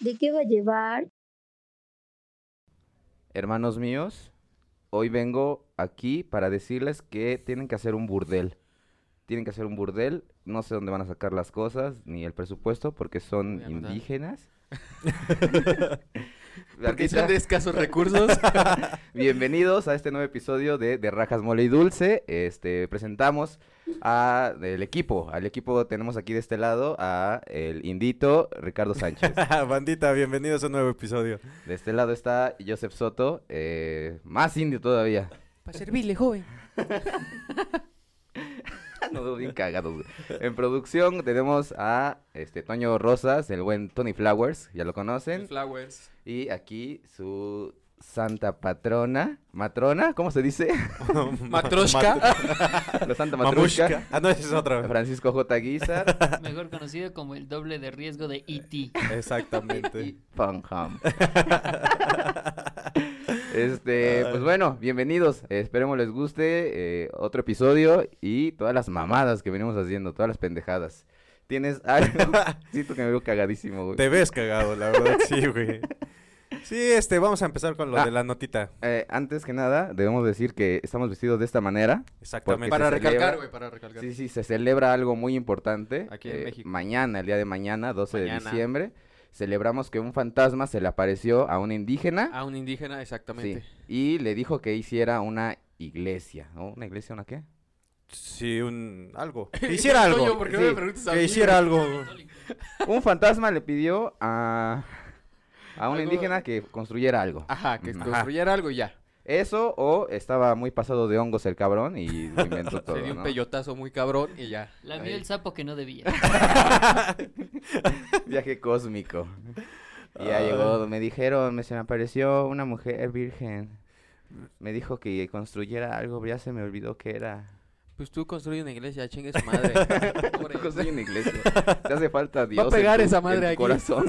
¿De qué va a llevar? Hermanos míos, hoy vengo aquí para decirles que tienen que hacer un burdel. Tienen que hacer un burdel. No sé dónde van a sacar las cosas ni el presupuesto porque son Voy a anotar. indígenas. Porque Ahorita, son de escasos recursos. Bienvenidos a este nuevo episodio de, de Rajas Mole y Dulce. Este presentamos a el equipo. Al equipo tenemos aquí de este lado a el indito Ricardo Sánchez. Bandita, bienvenidos a un nuevo episodio. De este lado está Joseph Soto, eh, más indio todavía. Para servirle, joven. No, no, bien cagados. güey. En producción tenemos a este Toño Rosas, el buen Tony Flowers, ya lo conocen. Flowers. Y aquí su santa patrona, matrona, ¿cómo se dice? Matroshka. La santa Mamushka. matrushka. Ah, no, esa es otra. Francisco J. Guizar Mejor conocido como el doble de riesgo de E E.T. y Exactamente. Panham. Este, pues bueno, bienvenidos. Esperemos les guste eh, otro episodio y todas las mamadas que venimos haciendo, todas las pendejadas. Tienes algo. Siento que me veo cagadísimo, güey. Te ves cagado, la verdad, sí, güey. Sí, este, vamos a empezar con lo Ah. de la notita. Eh, antes que nada, debemos decir que estamos vestidos de esta manera. Exactamente. Porque Para se celebra. recargar, güey, para recargar. Sí, sí, se celebra algo muy importante. eh, Aquí en México. Mañana, el día de mañana, 12 de Mañana. diciembre, celebramos que un fantasma se le apareció a un indígena. A un indígena, sí, exactamente. y le dijo que hiciera una iglesia. ¿no? ¿Una iglesia, una qué? Sí, un... algo. Que hiciera algo. Toño, ¿por qué Sí, me preguntas a que mí, hiciera güey? algo. un fantasma le pidió a, a un Algo- Ah. indígena que construyera algo. Ajá, que Ajá. construyera algo y ya. Eso o estaba muy pasado de hongos el cabrón y lo inventó todo. Se dio un ¿no? peyotazo muy cabrón y ya. La Ahí. vio el sapo que no debía. Viaje cósmico. Y ya Ah. llegó, me dijeron, me se me apareció una mujer virgen. Me dijo que construyera algo, ya se me olvidó que era. Pues tú construye una iglesia, chingue su madre. Pobre. Construye una iglesia. Te hace falta Dios. en pegar tu- esa en madre tu aquí. corazón.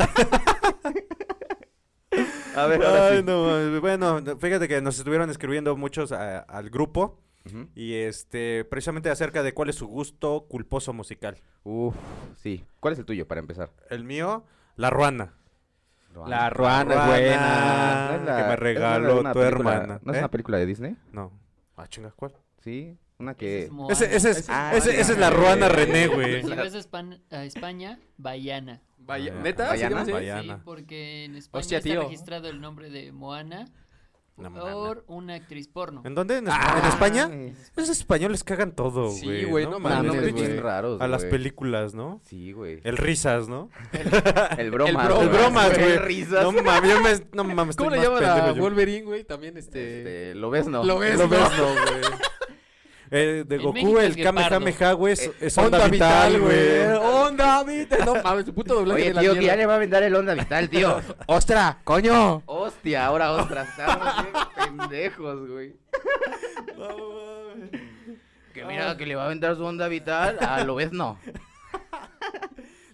A ver, ahora Ay, sí. no, mames. bueno, no, fíjate que nos estuvieron escribiendo muchos a- al grupo Ujú. y este, precisamente acerca de cuál es su gusto culposo musical. Uf, sí. ¿Cuál es el tuyo para empezar? El mío, La Ruana. La ruana ruana es buena. No es la- que me es una- regaló una tu película- hermana. ¿No es ¿Eh? una película de Disney? No. Ah, chinga, ¿cuál? Sí, una Ese que. es Moana. Ese, ese es, Ah, ese- Moana. esa es la ruana René, güey. Si ves a Espan- a España, Bayana. Vaya- Vaya- ¿Neta? ¿Sí Vayana, llamas así? vaya- Sí, Bayana. porque en España Hostia, está tío. registrado el nombre de Moana No, por una actriz porno. ¿En dónde? ¿En, Ah, en España? ay, Los españoles cagan todo, güey. Sí, güey, no mames, Mames, Mames, pinches- bien güey. raros. A las güey. películas, ¿no? Sí, güey. El risas, ¿no? El bromas. Bromas, el bromas, El güey. risas. No mames, yo me- no mames. ¿Cómo estoy le más llaman a pendejo yo. Wolverine, güey? También este... Este, lo ves, no. Lo ves, Lo ¿no? ves, no, güey. Eh, de En Goku, México el es guepardo. Kamehameha, güey, es, es Onda, vital, güey. Este, güey. Onda vital. No mames, tu puto doblaje Oye, de la tío, que ya mierda. le va a vender el onda vital, tío. ¡Ostra! ¡Coño! Hostia, ahora ostras, estamos bien pendejos, güey. Que mira que le va a vender su onda vital, ah, lo ves, no.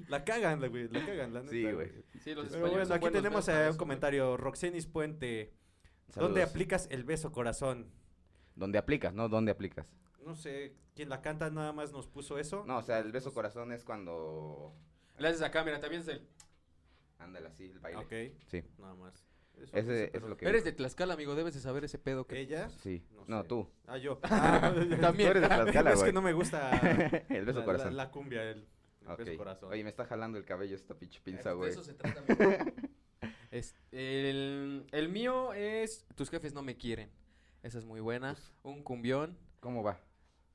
La cagan, güey, la cagan, la neta. Sí, güey. Sí, los Pero bueno, aquí tenemos eh, un comentario. Roxenis Puente, ¿dónde Saludos. aplicas el beso corazón? ¿Dónde aplicas? No, ¿dónde aplicas? No sé, quien la canta nada más nos puso eso. No, o sea, el beso corazón es cuando. Le haces acá, mira, también es el... Ándale así, el baile. Ok, Sí, nada más. Eso ese puse, es pero- lo que. Eres de Tlaxcala, amigo, debes de saber ese pedo que... ¿Ella? Sí, No no, sé. tú. Ah, yo. Ah, También. Tú eres de Tlaxcala, es güey. que no me gusta El beso la, corazón. la- la cumbia, el, el Ok. beso corazón. Este, Oye, me está jalando el cabello esta pinche pinza, De güey. eso se trata, amigo. Es- el, el mío es... Tus jefes no me quieren. Esa es muy buena. Un cumbión. ¿Cómo va?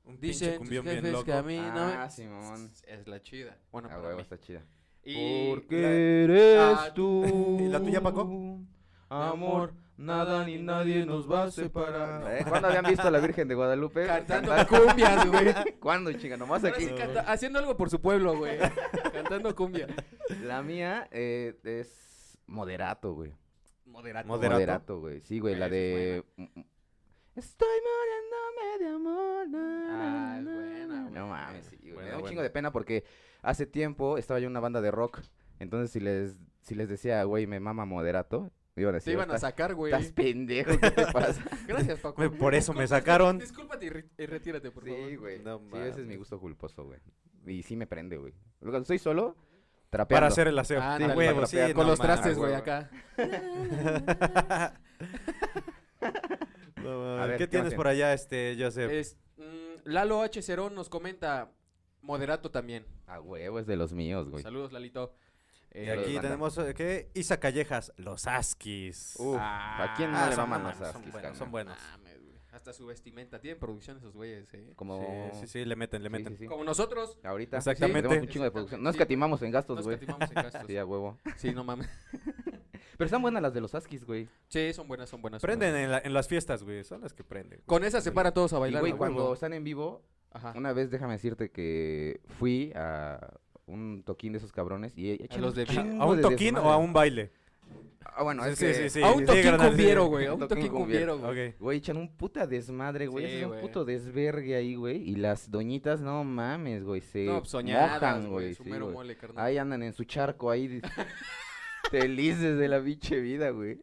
Un pinche Dicen tus cumbión jefes bien loco. que a mí no me... Ah, Simón. Es la chida. Bueno, Ah, para huevo, mí. está chida. Y Porque la- eres Ah, tú. ¿Y la tuya, Paco? Amor, nada ni nadie nos va a separar. ¿Eh? ¿Cuándo habían visto a la Virgen de Guadalupe? Cantando cantar? cumbias, güey. ¿Cuándo, chinga? Nomás Ahora aquí. sí canta- haciendo algo por su pueblo, güey. Cantando cumbia. La mía eh, es moderato, güey. Moderato. Moderato. Moderato, güey. Sí, güey, la Esa es de... mm, Estoy muriéndome de amor. na, na, Ah, es na, buena, na. güey. No mames, sí, güey. me Buena, da un buena. chingo de pena porque hace tiempo estaba yo en una banda de rock. Entonces, si les, si les decía, güey, me mama moderato, Me iban a Te decir, iban a "Estás- sacar, güey. Estás pendejo, ¿qué te pasa? Gracias, Paco. Me- por eso me Discúlpate, sacaron. Discúlpate y, re- y retírate, por favor. Sí, güey. No sí, ese es mi mames. gusto culposo, güey. Y sí me prende, güey. Luego cuando estoy solo, trapeando. Para hacer el aseo. Ah, Sí, ándale, huevo, para sí, trapear. Con no los mames, trastes, güey, güey. acá. No, A ver, ¿Qué ¿qué tienes más por allá, este, Joseph? Es- mm, Lalo H. Cerón nos comenta moderato también. A huevo, es de los míos, güey. Saludos, Lalito. y Eh, los aquí manda. tenemos, eh, ¿qué? Isa Callejas, los Askis. Uf, ¿a quién no Ah, le son maman buenos, los son Askis, buenos, carnal? son buenos. mames, güey. Hasta su vestimenta. Tienen producción esos güeyes, eh. Como... Sí, sí, sí, le meten, le sí, meten. sí, sí. Como nosotros. Ahorita Exactamente. tenemos un chingo de Exactamente, producción. No sí. escatimamos en gastos, Nos güey. cativamos en gastos. Sí, a huevo. Sí, no mames. Pero están buenas las de los Askis, güey. Sí, son buenas, son buenas. son Prenden buenas. en, la- en las fiestas, güey. Son las que prenden. güey. Con esa se para todos a Y, bailar. güey, a cuando huevo. Ah. están en vivo, Ajá. una vez déjame decirte que fui a un toquín de esos cabrones y echan los un de vi- ¿A chingo ¿A un de toquín desmadre. o a un baile? Ah, bueno, Sí, es sí, que... sí, sí. a un toquín carnal, sí. cumbiero, güey. A Un un toquín toquín cumbiero, güey. Ok. Güey, echan un puta desmadre, güey. Sí, hacen un güey. puto desvergue ahí, güey. Y las doñitas, no mames, güey. Se No, pues, soñadas, mojan, güey. güey. Su sí, mero güey. mole, carnal. ahí andan en su charco, ahí. dis- felices de la biche vida, güey.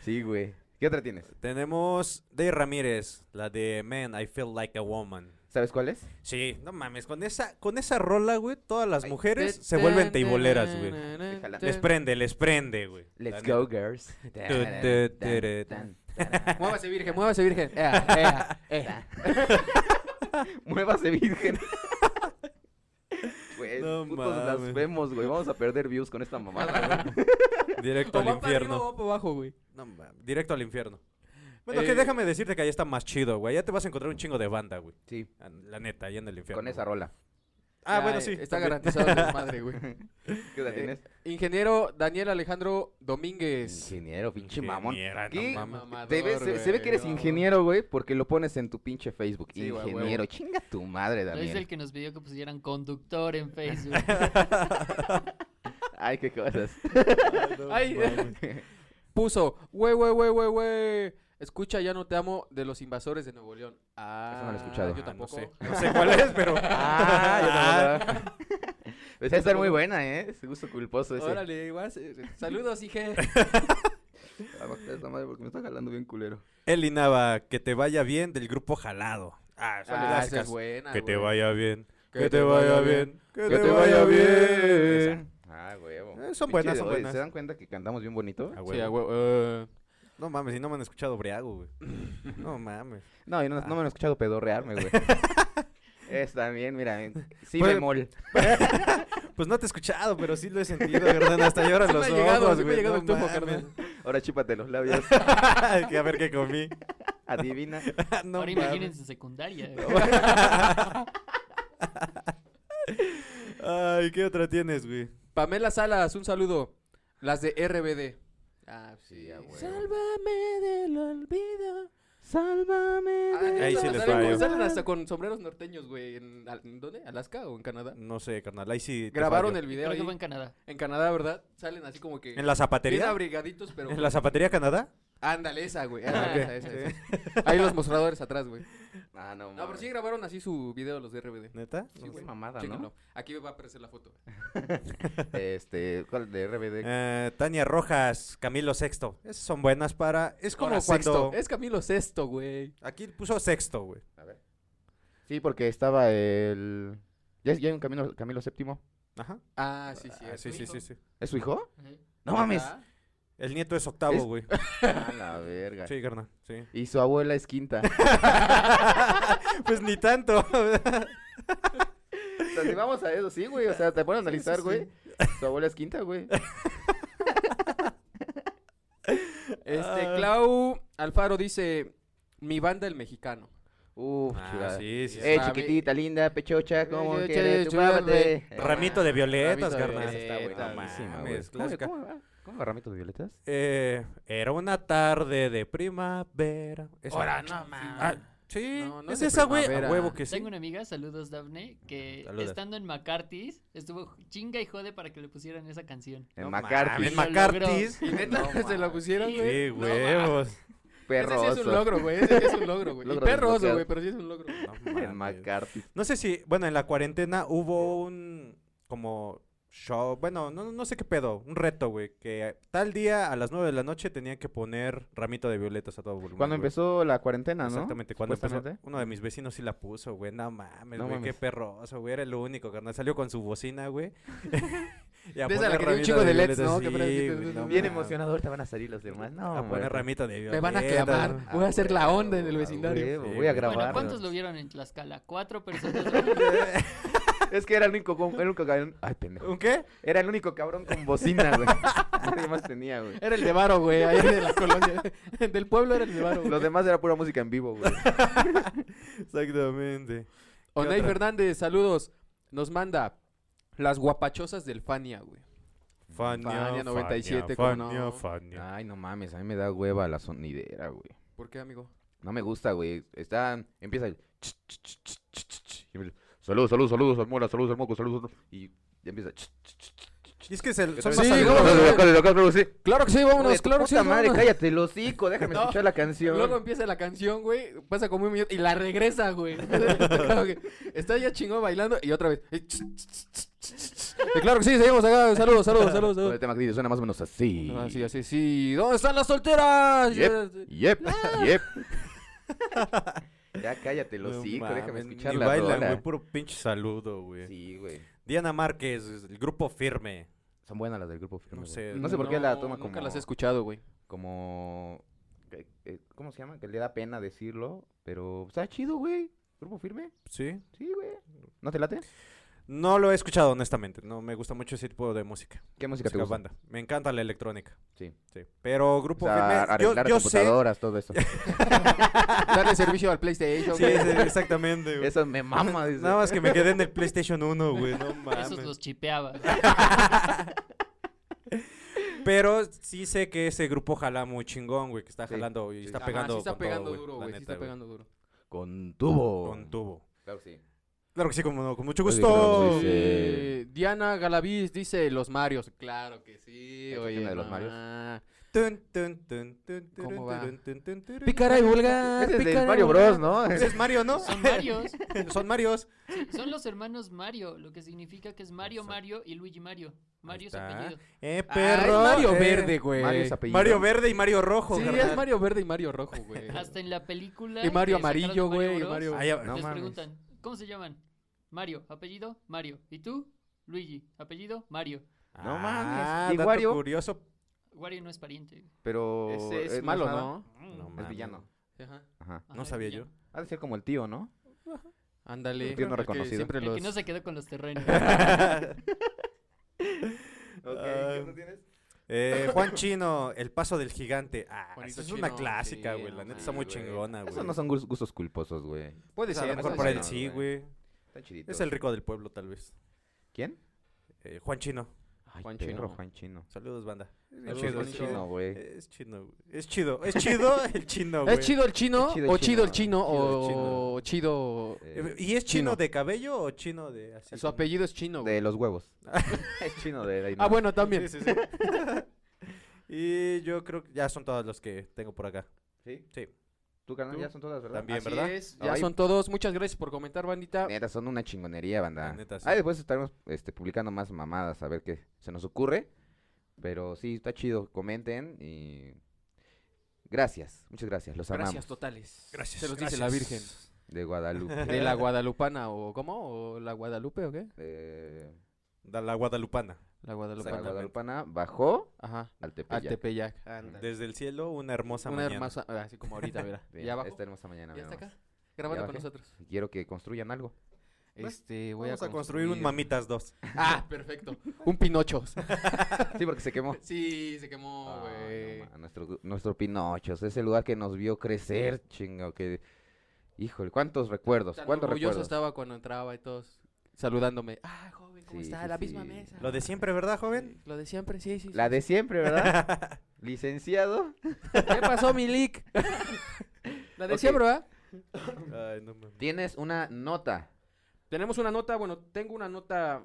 sí, güey. ¿Qué otra tienes? Tenemos de Ramírez, la de Man, I Feel Like a Woman. ¿Sabes cuál es? Sí, no mames, con esa, con esa rola, güey, todas las Ay, mujeres se vuelven teiboleras, güey. Les prende, les prende, güey. Let's La go, neta. girls. tu, tu, tan, Muévase, virgen, muévase, virgen. Ea, ea, ea. Muévase, virgen. Güey, No putos mames. las vemos, güey. Vamos a perder views con esta mamada, güey. Directo O al va para arriba o infierno. va para abajo, güey. No mames, Directo al infierno. Bueno, que Eh, déjame decirte que allá está más chido, güey. Allá te vas a encontrar un chingo de banda, güey. Ah, Sí, La neta, allá en el infierno. con esa güey. rola. Ah, Ya, bueno, eh, sí. Está también. garantizado el desmadre, güey. ¿Qué otra tienes? Ingeniero Daniel Alejandro Domínguez. Ingeniero, pinche mamón. Ingeniera, no ¿Qué? mames. Mamador, Te ves- se, se ve güey, que eres no, ingeniero, güey, porque lo pones en tu pinche Facebook. Sí, güey, ingeniero, huevo. chinga tu madre, Es Daniel. el que nos pidió que pusieran conductor en Facebook. Ay, qué cosas. Ay, puso, güey, güey, güey, güey, güey. Escucha, ya no te amo de los invasores de Nuevo León. Ah, Eso no lo he escuchado. Yo Ah, tampoco. No sé, no sé cuál es, pero. ah, ya no Pues va a estar muy buena, ¿eh? Es gusto culposo ese. Órale, vas, eh, saludos, hija. Ah, Aguanta esa madre porque me está jalando bien culero. Eli Nava, que te vaya bien del grupo Jalado. Ah, son Ah, esa clásicas. es buena, Que te güey. vaya bien. Que te vaya bien, Que Que te vaya bien. bien. Ah, huevo. Eh, son Pinche buenas, de son hoy, buenas. ¿Se dan cuenta que cantamos bien bonito? Ah, Sí, güey. a huevo, eh. No mames, si no me han escuchado briago, güey. No mames. No, yo no, no me han escuchado pedorrearme, güey. es también, mira. eh, Sí, Pues- bemol. Pues no te he escuchado, pero sí lo he sentido, carnal. Hasta lloran Sí me los ha llegado, ojos, sí me ha güey. llegado el no tufo, mames. Ahora chúpate los labios. Que a ver qué comí. Adivina. No Ahora mames. imagínense secundaria. güey. Ay, ¿qué otra tienes, güey? Pamela Salas, un saludo. Las de RBD. Ah, sí, a huevo. Sálvame del olvido. Sálvame. de- Ahí sí les Ah, salen, fallo. salen hasta con sombreros norteños, güey. En, al- ¿en ¿Dónde? ¿Alaska o en Canadá? No sé, carnal. Ahí sí. te Grabaron fallo. el video Creo que fue ahí. en Canadá. En Canadá, ¿verdad? Salen así como que. ¿En la bien zapatería? abrigaditos, pero. ¿En la zapatería Canadá? Ándale, esa, güey. Ah, ándale, ok. esa, esa, esa. Ahí los mostradores atrás, güey. Ah, no, No, pero sí grabaron así su video los de RBD. ¿Neta? Sí, güey. mamada, Chéquenlo. Aquí va a aparecer la foto. ¿no? Este, ¿cuál de RBD? Eh, Tania Rojas, Camilo Sexto. Esas son buenas para. Es como Ahora, cuando. Sexto. Es Camilo Sexto, güey. Aquí puso Sexto, güey. A ver. Sí, porque estaba el. ¿Ya, es- ya hay un Camilo, Camilo VII? Ajá. Ah, sí, sí. Ah, es sí, su sí, hijo. sí, sí. ¿Es su hijo? Ajá. ¡No mames! Ajá. El nieto es octavo, Es- güey. A la verga. Sí, carnal. Sí. Y su abuela es quinta. pues ni tanto. Ah, O sea, si vamos a eso, sí, güey. O sea, te ponen a analizar, sí. güey. Su abuela es quinta, güey. Este, Ah. Clau Alfaro dice, mi banda el mexicano. Uf, Ah, chulada. sí, sí, Eh, sí. chiquitita, linda, pechocha, ¿cómo Pechocha, quieres? tu Eh, chulada, bábate? güey. Ramito de violetas, Ramito de carnal. Violetas, Esta, está güey, No buenísima, güey. mames, ¿Cómo, clásica. cómo va? ¿Cómo va Ramito de Violetas? Eh, era una tarde de primavera. Esa- Ahora, no, mames. Ah, sí, No, no es es de esa, güey. A primavera. huevo que sí. Tengo una amiga, saludos Dafne, que Saluda. estando en McCarthy's estuvo chinga y jode para que le pusieran esa canción. En No McCarthy. mames, Lo McCarthy's. Y neta, se lo pusieron, güey. Sí, No, huevos. Ese sí Perroso. es un logro, güey. Ese sí es un logro, güey. Y Logro perroso, desbloqueado. güey, pero sí es un logro. No En mames. McCarthy. No sé si, bueno, en la cuarentena hubo un como show, bueno, no, no sé qué pedo, un reto, güey, que tal día a las 9 de la noche tenían que poner ramito de violetas a todo volumen. Cuando güey. empezó la cuarentena, ¿no? Exactamente, cuando empezó. Supuestamente. Uno de mis vecinos sí la puso, güey. No mames, No güey. Qué mames. perroso, güey. Era el único, carnal. Salió con su bocina, güey. y De esa la a poner que tiene un ramito chingo de LEDs, violetas, ¿no? Que sí, apenas dices, güey, no Bien mames. emocionador te van a salir los demás. No, A hombre. poner ramita de Me van a violetas, clavar. güey. Voy a hacer la onda en el vecindario. Ah, huevo, Sí, voy a güey. grabar. Bueno, ¿cuántos lo vieron en Tlaxcala? Cuatro personas. ¿no? Es que era el único, con- el único cabrón. Ay, pendejo. ¿Un qué? Era el único cabrón con bocina, güey. Nadie más tenía, güey. Era el de Varo, güey, ahí de la colonia. Del pueblo era el de Varo. Los güey. demás era pura música en vivo, güey. Exactamente. Onay otra? Fernández, saludos. Nos manda las guapachosas del Fania, güey. Fania, Fania 97, Fania, ¿cómo Fania, no? Fania. Ay, no mames, a mí me da hueva la sonidera, güey. ¿Por qué, amigo? No me gusta, güey. Está, empieza el... ch, ch, ch, ch, ch, ch, ch, y empieza, Saludos, saludos, saludos, almuela, saludos, al moco, saludos. al-". Y ya empieza... ch, ch, ch, ch. Y es que se, Otra son vez, Sí, saludos, más ¿cómo saludos, no? saludos, saludos, saludos, sí. Claro que sí, Hijo de vámonos, tu claro que sí. puta madre, vámonos. cállate el hocico, déjame No. escuchar la canción. Luego empieza la canción, güey. Pasa como un minuto y la regresa, güey. Como que Está ya chingón bailando y otra vez. Y claro que sí, seguimos acá. Saludos, saludos, saludos. Con saludos. el tema que dice, suena más o menos así. Así, así, sí. ¿Dónde están las solteras? Yep, yep, yep. ya cállate el No hocico, mames, déjame escuchar ni la bailan, rola. güey. Puro pinche saludo, güey. Sí, güey. Diana Márquez, el grupo firme. Son buenas las del grupo firme. No güey. sé. No sé por qué la toma como. Nunca las he escuchado, güey. Como. que- eh, ¿Cómo se llama? Que le da pena decirlo. Pero está chido, güey. Grupo firme. ¿Sí? Sí, güey. ¿No te late? No lo he escuchado, honestamente. No me gusta mucho ese tipo de música. ¿Qué música te Música gusta? banda. Me encanta la electrónica. Sí. Sí. Pero O grupo sea, firme. Yo, arreglar yo sé. computadoras, todo eso. Darle servicio al PlayStation. Sí, güey. sí, exactamente, güey. eso me mama, dice. Nada más que me quedé en el PlayStation 1, güey. No Esos mames. los chipeaba. Pero sí sé que ese grupo jala muy chingón, güey. Que está Sí, jalando y sí. está Ajá, pegando. sí está con todo, pegando duro, la güey. Sí neta, está pegando duro. Con tubo. Con tubo. Claro que sí. Claro que sí, como no, con mucho Oye, gusto. claro, sí. Eh, Diana Galaviz dice Los Marios. Claro que sí, ¿Esa oye. tiene de Los Marios? mamá. Tun, tun, tun, tun, tun, ¿Cómo va? tun, tun, tun, tun, Pícara y vulgar. Ese es pícara del y Mario vulgar. Bros, ¿no? Ese es Mario, ¿no? Son Marios. Son Marios. Son los hermanos Mario, lo que significa que es Mario Mario y Luigi Mario. Mario es está. apellido. Eh, Ah, perro. es Mario eh. Verde, güey. Mario es apellido. Mario Verde y Mario Rojo, Sí, carnal. es Mario Verde y Mario Rojo, güey. Hasta en la película. Y Mario que sacaron de Amarillo, güey, y Bros, Mario- Ah, ya- No les mames. preguntan, ¿cómo se llaman? Mario, apellido Mario. ¿Y tú? Luigi, apellido Mario. No mames. Ah, ¿Y dato Wario? curioso. Wario no es pariente. Pero. Ese es eh, malo, nada. ¿no? No Es mames. villano. Ajá. Ajá. Ajá, No es sabía villano. Ha de ser como el tío, ¿no? Ándale. El tío no el que reconocido. siempre El los- que no se quedó con los terrenos. Ok, Ah. ¿qué otro tienes? Eh, Juan Chino, el paso del gigante. Ah, Juanito esa es una Chino, clásica, sí, güey. La no neta está muy mames, güey. chingona, güey. Esos no son gus- gustos culposos, güey. Puede a ser, lo eso mejor no para son él chidos, sí, güey. Están chiditos. Es el rico del pueblo, tal vez. ¿Quién? Eh, Juan Chino. Ay, Juan perro, Chino. Juan Chino. Saludos, banda. Es Saludos, chido, Juan es Chino. Chino, güey. Es chino, güey. Es chido. Es chido el chino, güey. ¿Es chido el chino? Es chido el ¿O chido el chino, chino? chido el ¿O chido.? Eh, Eh, ¿Y es chino, Chino. de cabello o chino de así? Su apellido es chino, güey. de los huevos. es chino de ahí, Ah, ¿no? bueno, también. también. Sí, sí, sí. y yo creo que ya son todos los que tengo por acá. ¿Sí? Sí. Tu canal Tú. ya son todas, ¿verdad? También. Así ¿verdad? es, Ya Ay. son todos. Muchas gracias por comentar, bandita. Ah, Neta, son una chingonería, banda. La neta, sí. Ah, después estaremos este, publicando más mamadas a ver qué se nos ocurre. Pero sí, está chido. Comenten y. Gracias, muchas gracias. Los amamos. Gracias totales. Gracias. Se los dice gracias. la Virgen. De Guadalupe. De la Guadalupana, ¿o cómo? ¿O la Guadalupe o qué? eh, Da- La guadalupana. La la Guadalupana. Exactamente. Guadalupana bajó Ajá. al Tepeyac. Al Tepeyac. Desde el cielo, una hermosa Una mañana. hermosa. ah, Así como ahorita, mira. Bien, este Ya abajo. Esta hermosa mañana. Ya mira está nomás. acá. Grabando Ya con bajé. nosotros. Quiero que construyan algo. Va- Este, voy Vamos a construir un Mamitas 2. Ah, perfecto. Un Pinocho. Sí, porque se quemó. Sí, se quemó, Ah, güey. no ma- nuestro, gu- nuestro Pinochos, ese lugar que nos vio crecer, chingo, que... Híjole, cuántos recuerdos, Tan cuántos orgulloso recuerdos. estaba cuando entraba y todos saludándome. Ah, joven, ¿cómo Sí, está? sí, la sí. misma mesa. Lo de siempre, ¿verdad, joven? Sí, Lo de siempre, sí, sí. sí. La de siempre, ¿verdad? Licenciado. ¿Qué pasó, mi leak? la de Ok. siempre, ¿verdad? Ay, no mames. Tienes una nota. Tenemos una nota, bueno, tengo una nota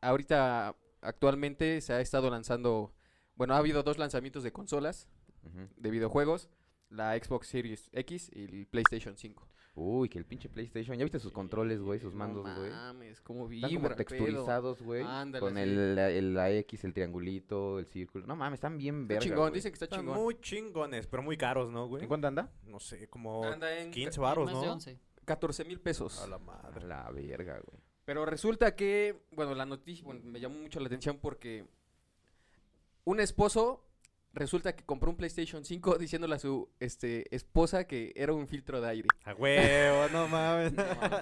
ahorita actualmente se ha estado lanzando, bueno, ha habido dos lanzamientos de consolas Ujú. de videojuegos, la Xbox Series X y el PlayStation 5. Uy, que el pinche PlayStation. ¿Ya viste sus controles, güey? Sus No mandos, güey. Mames, cómo Están como vibra, pedo. texturizados, güey. Ándale, Con sí. el, la- el la X, el triangulito, el círculo. No mames, están bien Está vergas. chingón, güey. dicen que está Están chingón. muy chingones, pero muy caros, ¿no, güey? ¿En cuánto anda? No sé, como Anda en 15 Más baros, de ¿no? 11. 14 mil pesos. A la A madre. la verga, güey. Pero resulta que, bueno, la noticia bueno, me llamó mucho la atención porque un esposo resulta que compró un PlayStation 5 diciéndole a su este, esposa que era un filtro de aire. A huevo, no mames.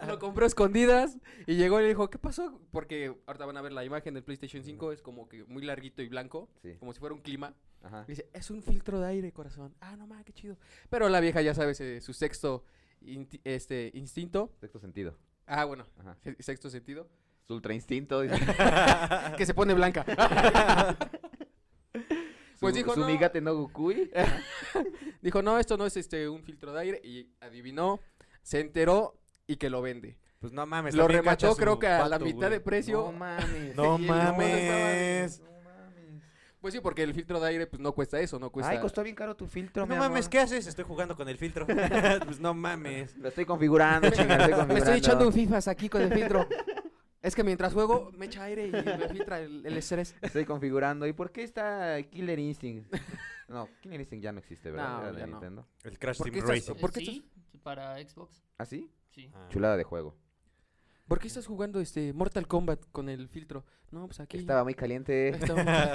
Lo compró a escondidas y llegó y le dijo, ¿qué pasó? Porque ahorita van a ver la imagen del PlayStation 5, es como que muy larguito y blanco, Sí. como si fuera un clima. Ajá. Y dice, es un filtro de aire, corazón. Ah, no mames, qué chido. Pero la vieja ya sabe ese- su sexto inti- este, instinto. Sexto sentido. Ah, bueno, Ajá. se- sexto sentido. Su ultra instinto. dice. que se pone blanca. pues Su- dijo, Su no, migate no Gukui. dijo, no, esto no es este un filtro de aire. Y adivinó, se enteró y que lo vende. Pues no mames. lo también remató cacha creo su que a la vato, mitad de güey. precio. mames. No Y el mono estaba- mames. No mames. pues sí, porque el filtro de aire pues no cuesta eso, no cuesta. Ay, costó bien caro tu filtro, No mi mames, amor. ¿qué haces? Estoy jugando con el filtro. pues no mames. Lo estoy configurando, chinga, lo estoy configurando. me estoy echando un FIFAs aquí con el filtro. es que mientras juego me echa aire y me filtra el, el estrés. Estoy configurando. ¿Y por qué está Killer Instinct? No, Killer Instinct ya no existe, ¿verdad? No, Era de ya no. Nintendo. El Crash ¿Por Team qué estás- Racing. ¿Por qué sí, para Xbox. ¿Ah, sí? Sí. Ah. Chulada de juego. ¿Por qué estás jugando este Mortal Kombat con el filtro? No, pues aquí. Estaba muy caliente. Estaba-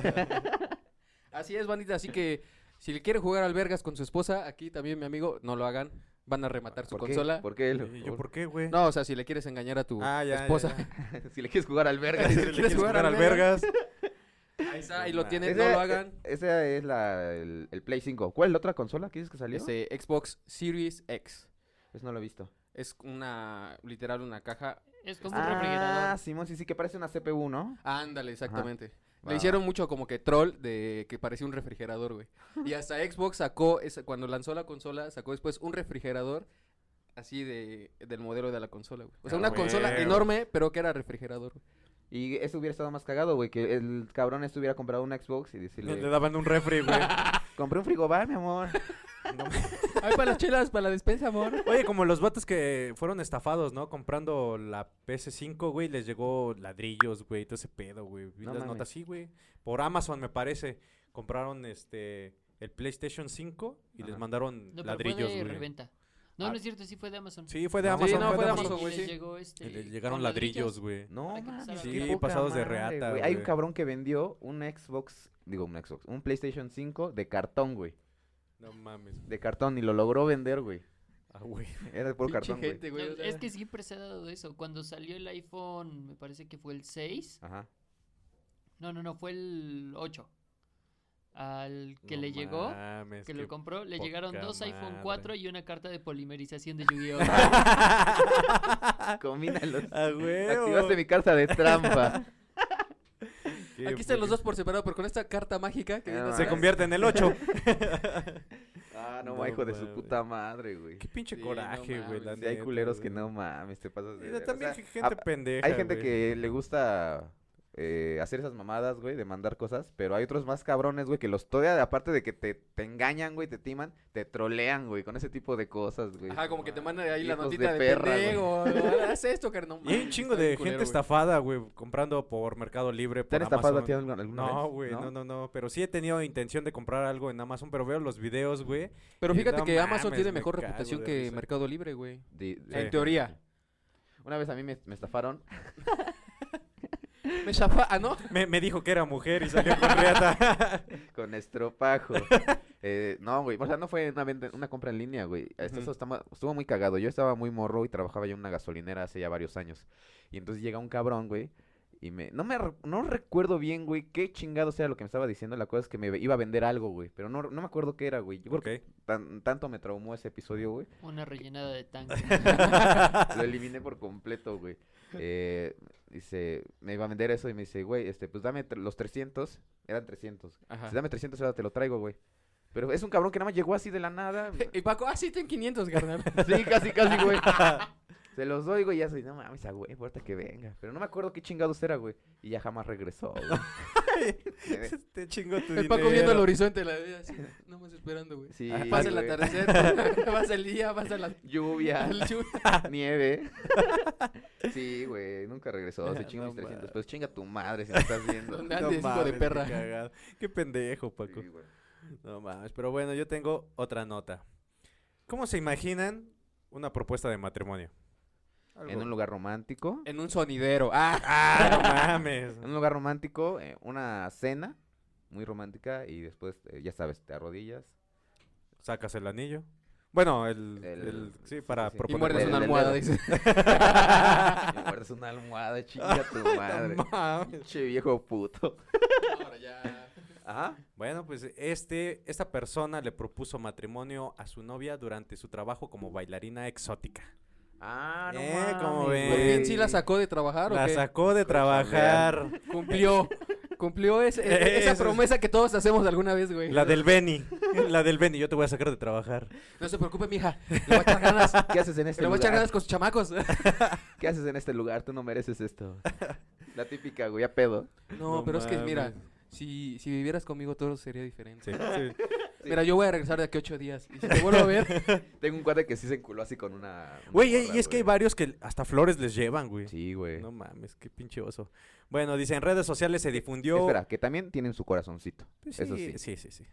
así es, bandita. Así que si le quiere jugar al Vergas con su esposa, aquí también, mi amigo, no lo hagan. Van a rematar su ¿Por qué? consola. ¿Por qué? ¿Y Eh, yo por qué, güey? No, o sea, si le quieres engañar a tu Ah, ya, ya, esposa. ya. si le quieres jugar al verga. Si si le le quieres jugar al vergas. Ahí está, ahí lo No tienen, Ese- E no lo hagan. Esa es la, el, el Play 5. ¿Cuál es la otra consola que dices que salió? Este, Xbox Series X. Eso no lo he visto. Es una, literal, una caja. Es como un Ah, refrigerador. Simón, sí, sí, que parece una CPU, ¿no? Ándale, exactamente. Va, Le hicieron mucho como que troll de que parecía un refrigerador, güey. Y hasta Xbox sacó, esa- cuando lanzó la consola, sacó después un refrigerador así de, del modelo de la consola, güey. O sea, Ah, una güey. consola enorme, pero que era refrigerador. güey. Y eso hubiera estado más cagado, güey, que el cabrón este hubiera comprado un Xbox y Le decirle, daban un refri, güey. compré un frigobar, mi amor. Ay, para las chelas, para la despensa, amor. Oye, como los vatos que fueron estafados, ¿no? Comprando la PS5, güey, les llegó ladrillos, güey, todo ese pedo, güey. Vi No las mames. notas, sí, güey. Por Amazon, me parece. Compraron este el PlayStation 5 y les Ajá. mandaron No, pero ladrillos, fue de güey. reventa. No, Ah. no es cierto, sí fue de Amazon. Sí, fue de No, Amazon. sí, no, fue fue de de y Amazon, les güey, sí. llegó este... Y Les llegaron con ladrillos, güey. No, Para que mames, pasara qué la Sí, poca pasados de madre, reata, güey. Hay un güey. cabrón que vendió un Xbox, digo un Xbox, un PlayStation 5 de cartón, güey. No mames. De cartón y lo logró vender, güey. Ah, güey. Era de puro Pinche cartón, güey. gente, No, güey, o sea. es que siempre se ha dado eso. Cuando salió el iPhone, me parece que fue el 6. Ajá. No, no, no, fue el 8. Al que No le llegó, mames, que qué- lo compró, le poca llegaron dos iPhone madre. 4 y una carta de polimerización de Yu-Gi-Oh! Combínalos. Ah, güey. Activaste mi carta de trampa. Qué Aquí están los poca- dos por separado, pero con esta carta mágica que Ah, viene no, así. Se convierte en el 8. ah, no, No hijo de su mames. puta madre, güey. Qué pinche Sí, no coraje, güey. mames. la Sí, hay neta, culeros que güey. no mames, te pasas de. Y ver- o También sea, hay gente a- pendeja. Hay gente güey. que le gusta eh, hacer esas mamadas, güey, de mandar cosas, pero hay otros más cabrones, güey, que los todavía, aparte de que te, te engañan, güey, te timan, te trolean, güey, con ese tipo de cosas, güey. Ajá, como que te mandan ahí la Hijos de notita de, perra, güey. pendejo. güey. Haz esto, carnal. no Y hay un mames, chingo está de bien culero, güey. gente estafada, güey, comprando por Mercado Libre. ¿Te Por han estafado a ti Amazon. algu- alguna vez? No, güey, no, no, no. Pero sí he tenido intención de comprar algo en Amazon, pero veo los videos, güey. Pero Y fíjate no que Amazon mames, tiene me mejor cago reputación de que risa. Mercado Libre, güey. Di- di- En teoría. Una vez a mí me, me estafaron. Me chafa, ah, ¿no? Me, me dijo que era mujer y salió con riata. Con estropajo. Eh, no, güey. O sea, no fue una, venta- una compra en línea, güey. Esto Ujú. estaba- estuvo muy cagado. Yo estaba muy morro y trabajaba ya en una gasolinera hace ya varios años. Y entonces llega un cabrón, güey. Y me, no me re- no recuerdo bien, güey, qué chingados era lo que me estaba diciendo. La cosa es que me iba a vender algo, güey. Pero no, no me acuerdo qué era, güey. Yo creo ok. que tan- tanto me traumó ese episodio, güey. Una rellenada de tanque. Lo eliminé por completo, güey. Eh, dice, me iba a vender eso y me dice, güey, este, pues dame tre- los 300. Eran 300. Si Ajá. dame 300 ahora te lo traigo, güey. Pero es un cabrón que nada más llegó así de la nada. Y Paco, ah, sí, ten 500, carnal. Sí, casi, casi, güey. Se Se los doy, güey, y ya soy, no mames, a güey, ahorita que venga. Pero no me acuerdo qué chingados era, güey. Y ya jamás regresó, güey. Te chingo tu El Paco dinero. viendo al horizonte, la vida así, no más esperando, güey. Sí, Ah, Pasa el güey. atardecer, pasa el día, pasa la... Lluvia, la lluvia. nieve. sí, güey, nunca regresó. Se chingó No mis 300 mames. pesos. Chinga tu madre si no estás viendo. ¿Dónde andas, hijo de mames, qué perra? cagado. Qué pendejo, Paco. Sí, güey. No mames, pero bueno, yo tengo otra nota. ¿Cómo se imaginan una propuesta de matrimonio? En un lugar romántico. En un sonidero. Ah, Ah, no mames. En un lugar romántico, eh, una cena muy romántica y después, eh, ya sabes, te arrodillas. Sacas el anillo. Bueno, el, El- el- sí, sí, sí, para sí. y proponer. muerdes el- una el almohada, dedo. dice. Y guardas una almohada, chinga tu madre. Pinche viejo puto. Ahora ya. Ajá. Bueno, pues este, esta persona le propuso matrimonio a su novia durante su trabajo como bailarina exótica. Ah, no Eh, ¿cómo mames, ven? ¿Por fin güey. Pues sí la sacó de trabajar o La qué? sacó de trabajar. Cumplió. Cumplió ese- e- esa Eso. promesa que todos hacemos alguna vez, güey. La del Beni. La del Beni, yo te voy a sacar de trabajar. No se preocupe, mija. Le voy a echar ganas. ¿Qué haces en este Le voy a echar lugar? ganas con sus chamacos. ¿Qué haces en este lugar? Tú no mereces esto. La típica, güey, a pedo. No, No pero es que, mira, mames. si, si vivieras conmigo todo sería diferente. Sí, sí. Mira, yo voy a regresar de aquí a ocho días. Y si te vuelvo a ver, Tengo un cuate que sí se enculó así con una. una Güey, y- morra, y es que hay güey. varios que hasta flores les llevan, güey. Sí, güey. No mames, qué pinche oso. Bueno, dice, en redes sociales se difundió... Espera, que también tienen su corazoncito. Pues Eso sí, sí. sí, sí, sí.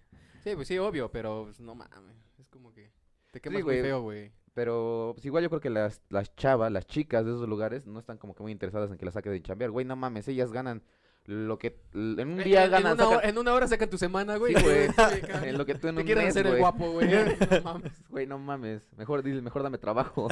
sí, pues sí, obvio, pero pues, no mames. Es como que te quemas muy güey. feo, güey. Pero pues, igual yo creo que las, las chavas, las chicas de esos lugares no están como que muy interesadas en que las saque de chambear. Güey, no mames, ellas ganan lo que. l- En un día en, ganan. una sacan- hora, en una hora sacan tu semana, güey. Sí, güey. güey. en lo que tú en Te un quieren mes, hacer el güey. guapo, güey. No mames. Güey, no mames. Mejor dile, mejor dame trabajo.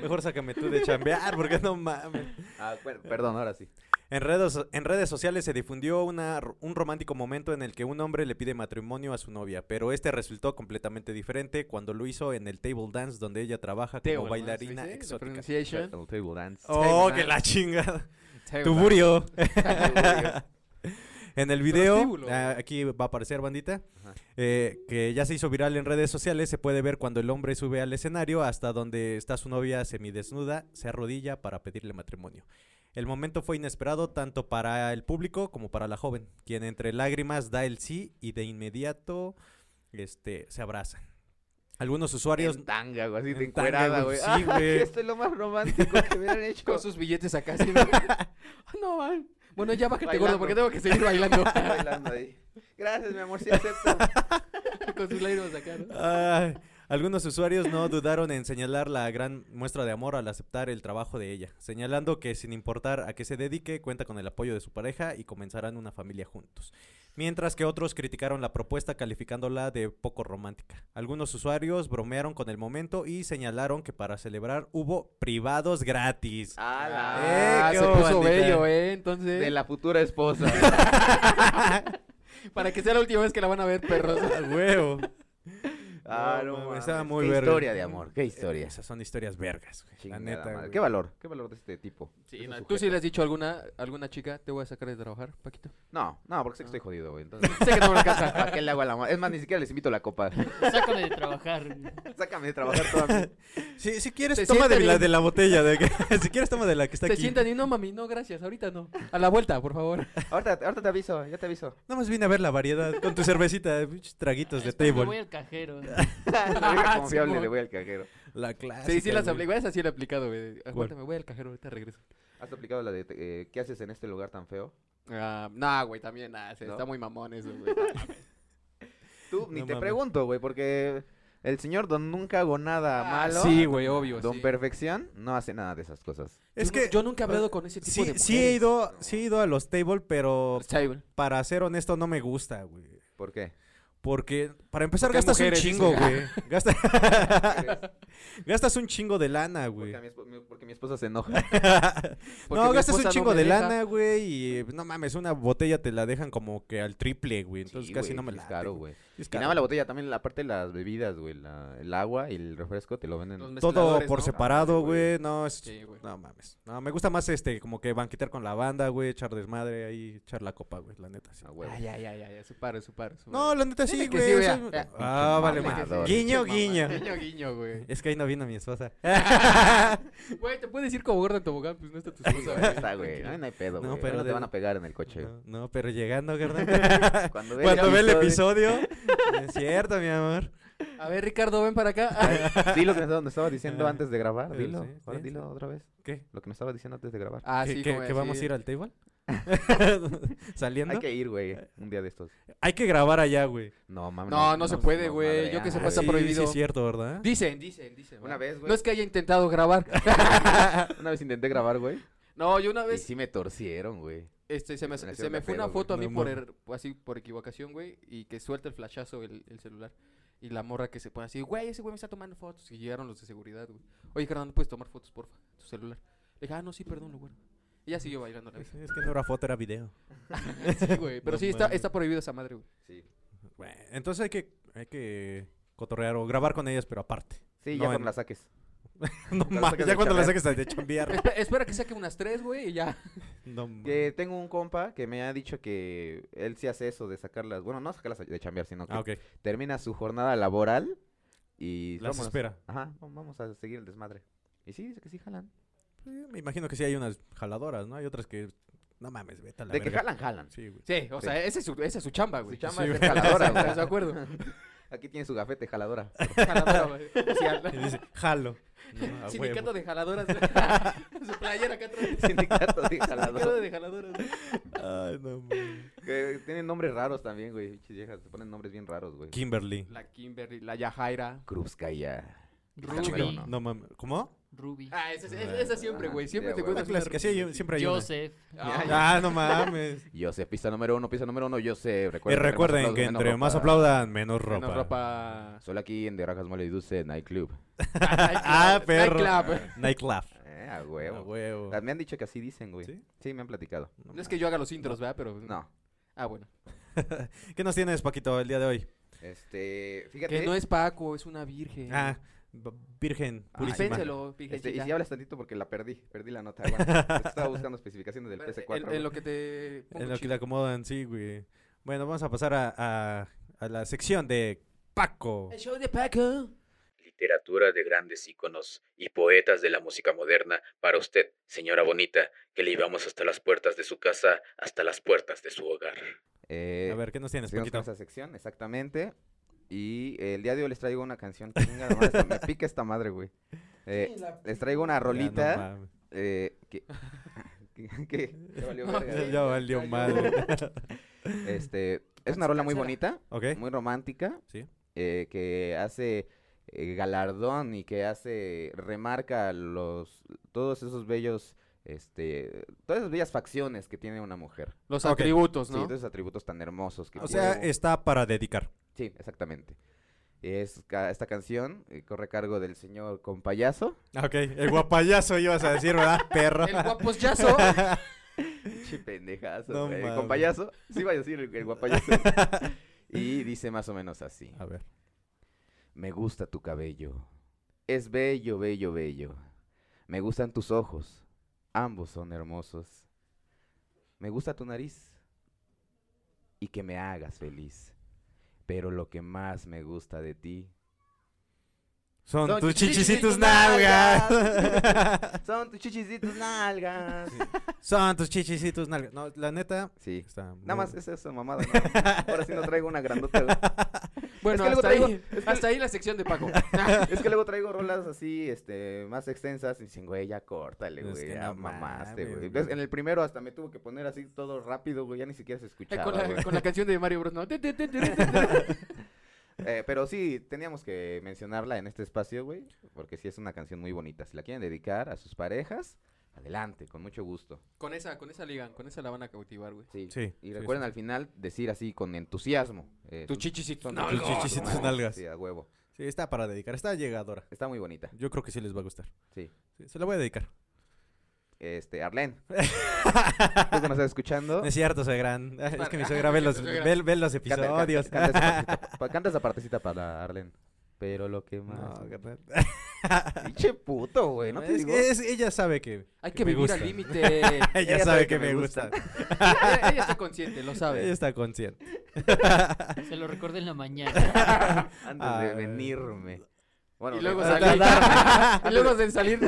Mejor sácame tú de chambear, porque no mames. ah, bueno, perdón, ahora sí. En redes, en redes sociales se difundió una, r- un romántico momento en el que un hombre le pide matrimonio a su novia, pero este resultó completamente diferente cuando lo hizo en el table dance donde ella trabaja como Table dance, bailarina ¿viste? The exótica. El pronunciation. table dance. Oh, Table que la dance. chingada. Table dance. Tuburio. Tuburio. en el video, Prostíbulo. ah, aquí va a aparecer bandita, Ajá. eh, que ya se hizo viral en redes sociales, se puede ver cuando el hombre sube al escenario hasta donde está su novia semidesnuda, se arrodilla para pedirle matrimonio. El momento fue inesperado tanto para el público como para la joven, quien entre lágrimas da el sí y de inmediato este, se abrazan. Algunos usuarios... En tanga, güey, así de En tanga, encuerada, güey. güey, sí, Ah, güey. Esto es lo más romántico que me han hecho. Con sus billetes acá, así, güey. Ah, no, man. Bueno, ya bájate, gordo, Bailando. porque tengo que seguir bailando. Bailando ahí. Gracias, mi amor, sí acepto. Con sus lágrimas acá, ¿no? Ay, algunos usuarios no dudaron en señalar la gran muestra de amor al aceptar el trabajo de ella, señalando que sin importar a qué se dedique, cuenta con el apoyo de su pareja y comenzarán una familia juntos. Mientras que otros criticaron la propuesta calificándola de poco romántica. Algunos usuarios bromearon con el momento y señalaron que para celebrar hubo privados gratis. Ah, Eh, la- Ah, qué se puso bandita. bello, ¿eh? Entonces, De la futura esposa. para que sea la última vez que la van a ver, perros. Ah, huevo. ah, No, no, mames, mames. estaba muy Qué verga. historia de amor, qué historia. Esas son historias vergas, güey, La Chingada neta. madre, güey. Qué valor, qué valor de este tipo. Sí, Ese no, ¿Tú sujeto. sí le has dicho a alguna, alguna chica, te voy a sacar de trabajar, Paquito? No, no, porque sé que estoy jodido, güey. Entonces, Sé que no me alcanza. ¿para qué le hago a la madre? Es más, ni siquiera les invito la copa. Sácame de trabajar. Sácame de trabajar toda mi... Si, si quieres, Se toma de sientan la, y- de la botella. De que- si quieres, toma de la que está Se aquí. sientan y no, mami, no, gracias, ahorita no. A la vuelta, por favor. Ah, Ahorita, ahorita te aviso, ya te aviso. Nada más vine a ver la variedad con tu cervecita, pinches traguitos de Después me voy table. al cajero. La Ah, vieja confiable, Simón. le voy al cajero. La clase. Sí, sí, las aplicado, esa sí la he aplicado, güey. Aguántame, ¿Cuál? voy al cajero, ahorita regreso. ¿Has aplicado la de eh, qué haces en este lugar tan feo? Ah, nah, güey, también, nah, se- ¿No? está muy mamón eso, güey. Tú ni No te mames. pregunto, güey, porque el señor don nunca hago nada Ah, malo. Sí, güey, obvio, Don sí. Perfección no hace nada de esas cosas. Es Yo no- que yo nunca he hablado con ese tipo sí, de mujeres. sí he ido, sí he ido a los table, pero Stable. para ser honesto no me gusta, güey. ¿Por qué? Porque para empezar Porque gastas mujeres, un chingo, dice. güey. Gastas, gastas un chingo de lana, güey. Porque, a mi esp- mi- porque mi esposa se enoja. Porque No, mi gastas un esposa no chingo me de deja. lana, güey, y eh, no mames, una botella te la dejan como que al triple, güey. Entonces Sí, casi güey, no me sí la Es caro, güey. Es Y nada caro. más la botella, también la parte de las bebidas, güey. la- el agua y el refresco te lo venden. Los Todo mezcladores, por ¿no? separado, Madre, güey. güey. No, es- Sí, güey. no mames. No, me gusta más este, como que banquetear con la banda, güey, echar desmadre ahí, echar la copa, güey, la neta. sí. Ah, Ay, güey. Ay, ay, ay, ay, su paro, su paro. su No, paro. la neta sí, Dile que güey. sí, vea, soy- vea. Ah, Pinche vale, mamador. madre. Guiño, Pinche mamá. guiño. Guiño, guiño, güey. Es que ahí no vino mi esposa. Güey, te puedes ir como gordo en tobogán, pues no está tu esposa. Ya está, güey, güey. No, no hay pedo, No, güey. No, pero no te de- van a pegar en el coche. No, no, pero llegando, carnal. Cuando ve Cuando ve el episodio. es cierto, mi amor. A ver, Ricardo, ven para acá. Dilo que me estaba- me estaba diciendo Ah, antes de grabar. pero Dilo. sí, Ahora sí, dilo otra vez. ¿Qué? Lo que me estaba diciendo antes de grabar. Ah, ¿Que, sí, que- como que vamos a así. ir al table? ¿Saliendo? Hay que ir, güey. Eh. Un día de estos. grabar allá, güey. No, Ah, mames. No, no se puede, nos güey. Yo que madrean, sepa, está Sí, güey. Sí, prohibido. es cierto, ¿verdad? Dicen, dicen, dicen. Una ¿verdad? vez, güey. No es que haya intentado grabar. Una vez intenté grabar, güey. No, yo una Y vez sí me torcieron, güey. este, se me, me se hicieron me de fue una pedo, güey. foto a mí No por, mames. er- así, por equivocación, güey, y que suelta el flashazo el, el celular. Y la morra que se pone así, güey, ese güey me está tomando fotos. Y llegaron los de seguridad, güey. Oye, carnal, ¿no puedes tomar fotos, porfa? Tu celular. Le dije, ah, no, sí, perdón, güey. Ella siguió bailando la Es vez. es que no era foto, era video. Sí, güey. Pero No sí, está, mames. está prohibido esa madre, güey. Sí. Bueno, entonces hay que, hay que cotorrear o grabar con ellas, pero aparte. Sí, ya No, en- cuando la saques. No Cuando mames, sacas ya de cuando la chambear. saques de chambear. Espe- espera que saque unas tres, güey, y ya. No mames. Que tengo un compa que me ha dicho que él sí hace eso de sacarlas. Bueno, no sacarlas de chambear, sino que Ah, ok. termina su jornada laboral y. Las vámonos. espera. Ajá, no, vamos a seguir el desmadre. Y sí, dice que sí jalan. Eh, Me imagino que sí hay unas jaladoras, ¿no? Hay otras que. No mames, vete a la de que verga. jalan, jalan. Sí, güey. Sí, o Sí. sea, esa es su, esa es su chamba, Su güey. chamba Sí, es ser güey. jaladora, Estamos güey. de acuerdo. Aquí tiene su gafete jaladora. Jaladora, güey. O sea, Y dice, jalo. No, a Sindicato Ah, huevo. de jaladoras. güey. Su playera acá atrás. Sindicato de Sindicato jaladora. de jaladoras. güey. Ay, no mames. Que tienen nombres raros también, güey. Pinches viejas, te ponen nombres bien raros, güey. Kimberly. La Kimberly, la Yajaira. Krupskaya. Ruby. no. Ah, No mames. ¿Cómo? Ruby. Ah, esa, esa- esa siempre, güey. Siempre Ya, te güey. Una cuentas una clásica, sí, hay- siempre hay una. Joseph. Ah, Ah, no mames. Joseph, pista número uno, pista número uno, Joseph. Y Recuerden, Eh, recuerden que entre más aplaudan, menos ropa. menos ropa. Solo aquí en De Rajas Mole y Dulce Nightclub. Ah, perro. Nightclub. Nightclub. Eh, a A huevo. huevo. Ah, Me han dicho que así dicen, güey. ¿Sí? ¿Sí? me han platicado. No No es que yo haga los intros, ¿verdad? Pero. No. Ah, bueno. mames. ¿Qué nos tienes, Paquito, el día de hoy? Este, fíjate. Que no es Paco, es una virgen. Ah, Ah, Eh, b- virgen. Ay, purísima. Dispénselo, Este, y virgencita. si hablas tantito porque la perdí, perdí la nota. aguanta. Estaba buscando especificaciones del Espérate, PS4. en- en, güey. lo que te. pongo En lo que chido. le acomodan, sí, güey. Bueno, vamos a pasar a, a- a la sección de Paco. El show de Paco. literatura de grandes íconos y poetas de la música moderna para usted, señora bonita, que le llevamos hasta las puertas de su casa, hasta las puertas de su hogar. Eh, A ver, ¿qué nos tienes, seguimos con Paquito? esa sección, exactamente. Y eh, el día de hoy les traigo una canción. Chinga la madre, esta- me pica esta madre, güey. Eh, les traigo una rolita. Ya, no mames. eh, que, que- que- ya valió verga, Ya- güey. ya valió madre. Este, es una rola muy bonita, ¿Ok? muy romántica, Sí. eh, que hace eh, galardón y que hace remarca los todos esos bellos este todas esas bellas facciones que tiene una mujer. Los Ok. atributos, Sí, ¿no? todos esos atributos tan hermosos que O tiene. sea, está para dedicar. Sí, exactamente. Es ca- esta canción eh, corre a cargo del señor Compayazo. Ah, Ok, el guapayazo ibas a decir, ¿verdad, perro? El guaposllazo. Pinche pendejazo, No güey. mames. Compayazo. Sí iba a decir el, el guapayazo. y dice más o menos así. A ver. Me gusta tu cabello. Es bello, bello, bello. Me gustan tus ojos. Ambos son hermosos. Me gusta tu nariz. Y que me hagas feliz. Pero lo que más me gusta de ti Son, Son tus chichis y tus nalgas. nalgas. son tus chichis y tus nalgas. Son tus chichis y tus nalgas. No, la neta. Sí. Está muy- Nada más, esa es esa mamada. ¿no? Ahora sí no traigo una grandota. güey. Bueno, Es que luego hasta, traigo- ahí, hasta ahí la sección de Paco. Ah, Es que luego traigo rolas así, este, más extensas y dicen, güey, ya córtale, Es güey, que ya no mamaste, mames, güey. güey. Ves, En el primero hasta me tuvo que poner así todo rápido, güey, ya ni siquiera se escuchaba, con, la, güey. con la canción de Mario Bros. ¿no? Eh, pero sí, teníamos que mencionarla en este espacio, güey, porque sí es una canción muy bonita. Si la quieren dedicar a sus parejas, adelante, con mucho gusto. con esa, con esa ligan, con esa la van a cautivar, güey. Sí. Sí, sí, Y recuerden sí. al final decir así con entusiasmo. eh, Tus chichis y tus son tus nalgas. chichis y tus nalgas. Sí, a huevo. Sí, está para dedicar. Está llegadora. Está muy bonita, Yo creo que sí les va a gustar. sí. Sí, se la voy a dedicar. Este, Arlen. Tú que nos estás escuchando. No es cierto, suegran. Ah, Es que mi para- suegra ve es los, que suegra- ve, ve los Canta- canta- episodios. Canta, esa partecita pa- canta esa partecita para Arlen. Pero lo que No, más. carnal. Pinche puto, güey. No te Es digo. que es- ella sabe que. Hay que que, me vivir gustan. al límite. ella, Ella, sabe, que, me gusta. ella está consciente, lo Ella sabe. está consciente. Se lo recuerdo en la mañana. Antes de Ah, venirme. Bueno, y luego de- salí. y luego de salir.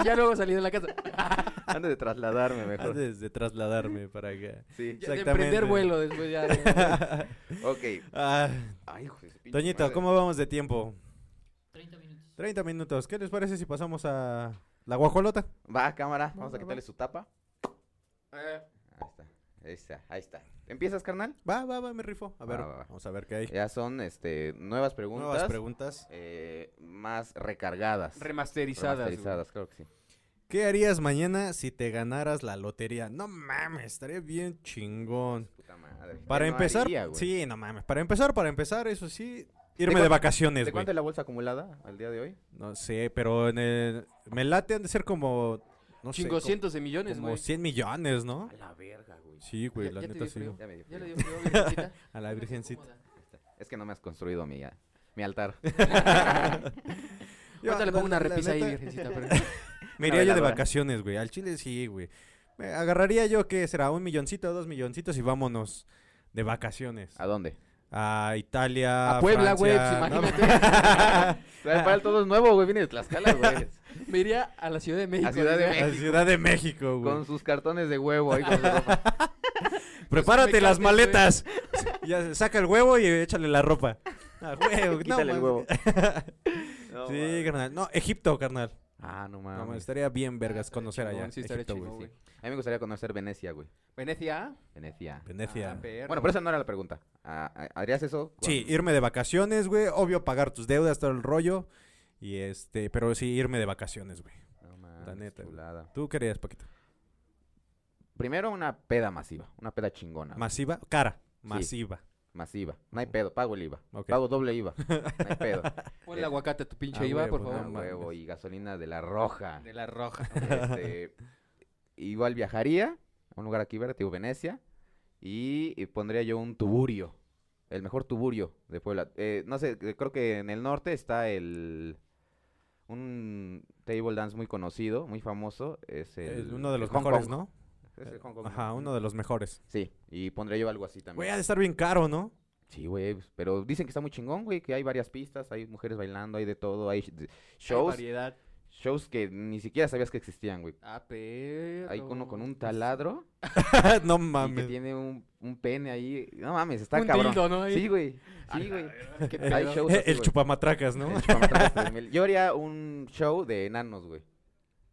y ya luego salí de la casa. Antes de trasladarme mejor. Antes de trasladarme para acá. Sí. Ya de Exactamente. emprender vuelo después ya. eh, Ok. Ah, Ay, hijo de su pinche Toñito, madre. ¿cómo vamos de tiempo? 30 minutos. 30 minutos. ¿Qué les parece si pasamos a la guajolota? Va, cámara. Va, Vamos va, a quitarle su tapa. eh, Ahí está. Ahí está. Ahí está. ¿Empiezas, carnal? Va, va, va, me rifo. A ver, Va, va, va. vamos a ver qué hay. Ya son este, nuevas preguntas. Nuevas preguntas. eh, más recargadas. remasterizadas. güey. Remasterizadas, claro que sí. ¿Qué harías mañana si te ganaras la lotería? No mames, estaría bien chingón. Puta madre. Para ¿Qué no empezar, haría, güey? sí, no mames. Para empezar, para empezar, eso sí, irme de, cuánto- vacaciones, ¿De güey. cuánto es la bolsa acumulada al día de hoy? No sé, pero en el, me late han de ser como no sé, como- Chingocientos de millones, como güey. 100 millones, ¿no? la verga, güey. Sí, güey, Ya- la ya te neta dio sí. frío. Ya me dio Ya le frío. dio frío, virgencita. A la virgencita. Es que no me has construido mi, ah, mi altar. Yo, Ahorita le pongo la- una la repisa ahí, neta, virgencita. pero- Me iría yo de veladora. vacaciones, güey. Al Chile sí, güey. Me agarraría yo, ¿qué será? Un milloncito, dos milloncitos y vámonos de vacaciones. ¿A dónde? A Italia. A Puebla, güey, Francia, pues, ¿no? Para él todo es nuevo, güey. Viene de Tlaxcala, güey. Me iría a la Ciudad de México. A Ciudad de güey. México. A Ciudad de México, güey. Con sus cartones de huevo ahí con su ropa. Prepárate Pues, las me cambies, maletas. ya, saca el huevo y échale la ropa. Ah, huevo, no, Quítale el mames. huevo. sí, carnal. No, Egipto, carnal. Ah, no No, mames, mames. Ah, estaría bien vergas estaría conocer chingón, allá. sí, estaría Egipto, chingón, güey. güey. A mí me gustaría conocer Venecia, güey. Venecia. Venecia. Venecia. Ah, perro. Bueno, pero esa no era la pregunta. Ah, ah, ¿Harías eso? con- Sí, irme de vacaciones, güey. Obvio, pagar tus deudas, todo el rollo. Y este, pero sí, irme de vacaciones, güey. No mames, La neta, güey. chulada. ¿Tú querías, Paquito? Primero una peda masiva, una peda chingona. güey. ¿Masiva? Cara. Masiva. masiva. No hay pedo, pago el IVA. Ok. Pago doble IVA. No hay pedo. Ponle aguacate a tu pinche Ah, IVA, huevo, por no, favor. Ah, huevo y gasolina de la roja. De la roja. Este, igual viajaría a un lugar aquí verde, te digo, Venecia, y, y pondría yo un tuburio, el mejor tuburio de Puebla. Eh, no sé, eh, creo que en el norte está el un table dance muy conocido, muy famoso, es el, El- uno de el los Hong mejores, Kong. ¿no? Es el Hong Kong, ¿no? Ajá, uno de los mejores. Sí, y pondría yo algo así también. Güey, ha de estar bien caro, ¿no? Sí, güey, pues, pero dicen que está muy chingón, güey, que hay varias pistas, hay mujeres bailando, hay de todo, hay sh- shows, variedad. shows que ni siquiera sabías que existían, güey. Ah, perro. Pues, Hay uno con un taladro no Y que mames. tiene un, un pene ahí. No mames, está Un cabrón. dildo, ¿no? Ahí. Sí, güey. Sí, güey. Hay shows Eh, así, el güey. chupamatracas, ¿no? El chupamatracas de mil. Yo haría un show de enanos, güey.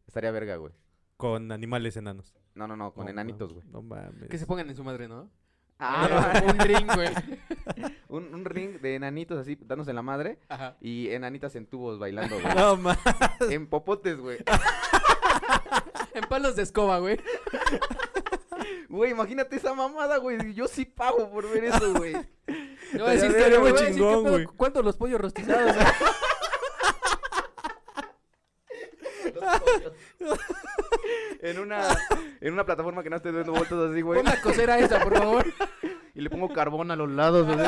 Estaría verga, güey. Con animales enanos. No, no, no, con No enanitos, mames, güey. No mames. Que se pongan en su madre, ¿no? Ah, un ring, güey. un, un ring de enanitos así, dándose en la madre. Ajá. Y enanitas en tubos bailando, güey. No mames. En popotes, güey. En palos de escoba, güey. Güey, imagínate esa mamada, güey. Yo sí pago por ver eso, güey. Le voy a decir, Estaría le voy a muy decir, ¿qué chingón, pedo? güey. ¿Cuántos los pollos rostizados? güey? En una, en una plataforma que no esté dando vueltas así, güey. Pon la cosera esa, por favor. Y le pongo carbón a los lados, güey.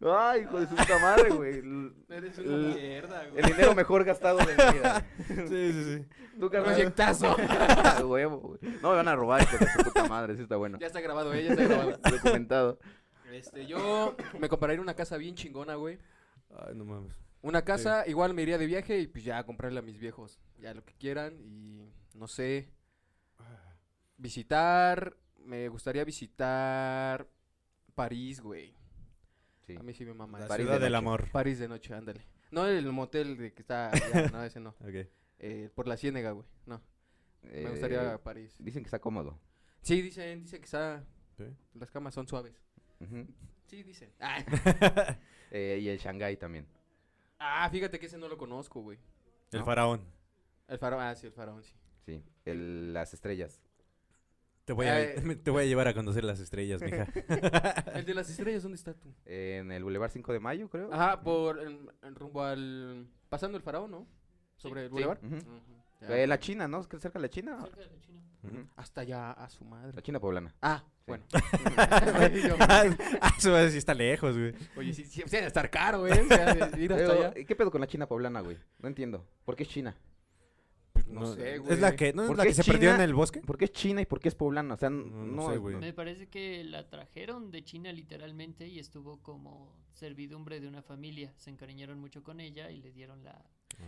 Ay, hijo de su puta madre, güey. El, Eres una El- mierda, el dinero mejor gastado de mi vida. Sí, sí, sí. Tú, carnal. Proyectazo. Ah, huevo, güey. No me van a robar, hijo de su puta madre. Sí está bueno. Ya está grabado, eh, ya está grabado. Documentado. Este, yo me compraría una casa bien chingona, güey. Ay, no mames. Una casa, igual me iría de viaje y pues ya a comprarle a mis viejos. Ya lo que quieran y no sé. Visitar. Me gustaría visitar París, güey. Sí. A mí sí me mama. La eso. París ciudad de del noche. amor. París de noche, ándale. No el motel de que está allá, no, ese no. Ok. Eh, por la ciénega, güey. No, me Eh, gustaría París. Dicen que está cómodo. Sí, dicen, dicen que está... Sí. Las camas son suaves. Ujú. Sí, dicen. Ah, Eh, y el Shanghái también. ah, fíjate que ese no lo conozco, güey. El ¿No? faraón. El faraón, ah, sí, el faraón, sí. Sí. El- las estrellas. Te voy, a, Eh. te voy a llevar a conocer las estrellas, mija. El de las estrellas, ¿dónde está tú? En el Boulevard 5 de Mayo, creo. Ajá, por en- en rumbo al... Pasando el faraón, ¿no? Sobre el bulevar. Ujú. Ujú, ya, Eh, la güey. China, ¿no? ¿Cerca de la China? Cerca de la China. Ujú. Hasta allá, a su madre. La China poblana. Ah, bueno. ah, eso sí está lejos, güey. Oye, sí, sí, sí, ha de estar caro, ¿eh? O sea, de ir hasta Pero, allá. ¿Qué pedo con la China poblana, güey? No entiendo. ¿Por qué es China? Pues No sé, ¿Es güey. la que, no es ¿Por la qué que se perdió en China? el bosque? ¿Por qué es China y por qué es poblana? O sea, no, No, no sé, es- güey. Me parece que la trajeron de China literalmente y estuvo como servidumbre de una familia. Se encariñaron mucho con ella y le dieron la...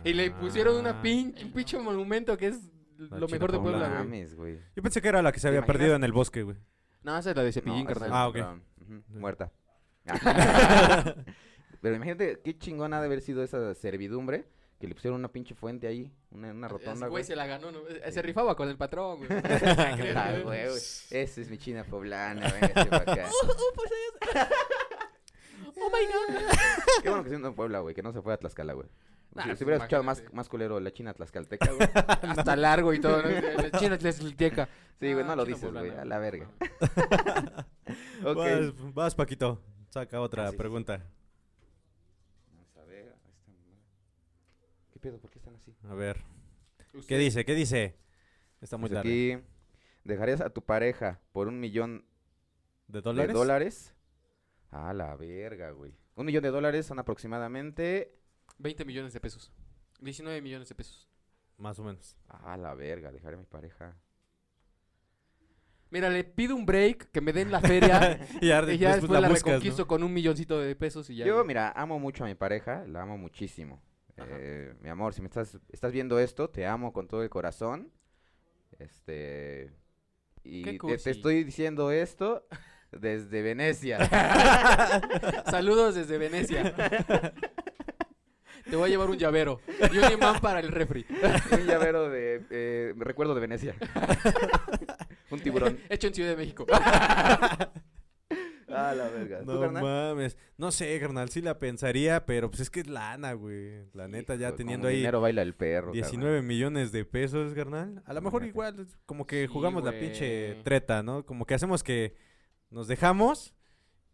Y le pusieron Ah. una pin pin, un pinche monumento que es lo China mejor de no Puebla, güey. mames, güey. Yo pensé que era la que se había imaginas? perdido en el bosque, güey. No, esa es la de Cepillín, No, esa carnal. es Ah, otra. Ujú, Muerta. Ah. Pero imagínate qué chingona ha de haber sido esa servidumbre que le pusieron una pinche fuente ahí, una, una rotonda, Ese güey güey. se la ganó, ¿no? Eh, Sí. Se rifaba con el patrón, güey. No te la crees, Ah, güey. güey, güey. Esa es mi china poblana, véngase pa' acá. Oh my god. Qué bueno que siendo en Puebla, güey, que no se fue a Tlaxcala, güey. Nah, Si- pues si hubiera escuchado más, imagínate. más culero la china tlaxcalteca, güey. Hasta largo y todo, ¿no? La China tlaxcalteca. Sí, güey, Ah, no lo chino dices, güey, poblano. a la verga. Ok. Vas, vas, Paquito. Saca otra Ah, sí, sí. pregunta. Vamos a ver. ahí está, madre. ¿Qué pedo? ¿Por qué están así? A ver. ¿Qué Usted- dice? ¿Qué dice? Está muy Pues larga. aquí, ¿dejarías a tu pareja por un millón ¿De dólares? de dólares? A la verga, güey. Un millón de dólares son aproximadamente... 20 millones de pesos. 19 millones de pesos. Más o menos. A la verga, dejaré a mi pareja. Mira, le pido un break, que me den la feria. Y ya, y ya después la, pues buscas, ¿no? reconquisto con un milloncito de pesos y ya. Yo, güey. mira, amo mucho a mi pareja, la amo muchísimo. Ajá. Eh, mi amor, si me estás, estás viendo esto, te amo con todo el corazón. Este. Y te- te, cursi. estoy diciendo esto desde Venecia. Saludos desde Venecia. Te voy a llevar un llavero y un imán para el refri. Un llavero de. eh, recuerdo de Venecia. Un tiburón. Hecho en Ciudad de México. Ah, la verga. ¿Tú, No carnal? mames. No sé, carnal, sí la pensaría, pero pues es que es lana, güey. La neta, ya Hijo, teniendo con ahí Dinero baila el perro. 19 millones de pesos, carnal. A lo mejor Imagínate. igual, es como que Sí, jugamos la güey. pinche treta, ¿no? Como que hacemos que nos dejamos,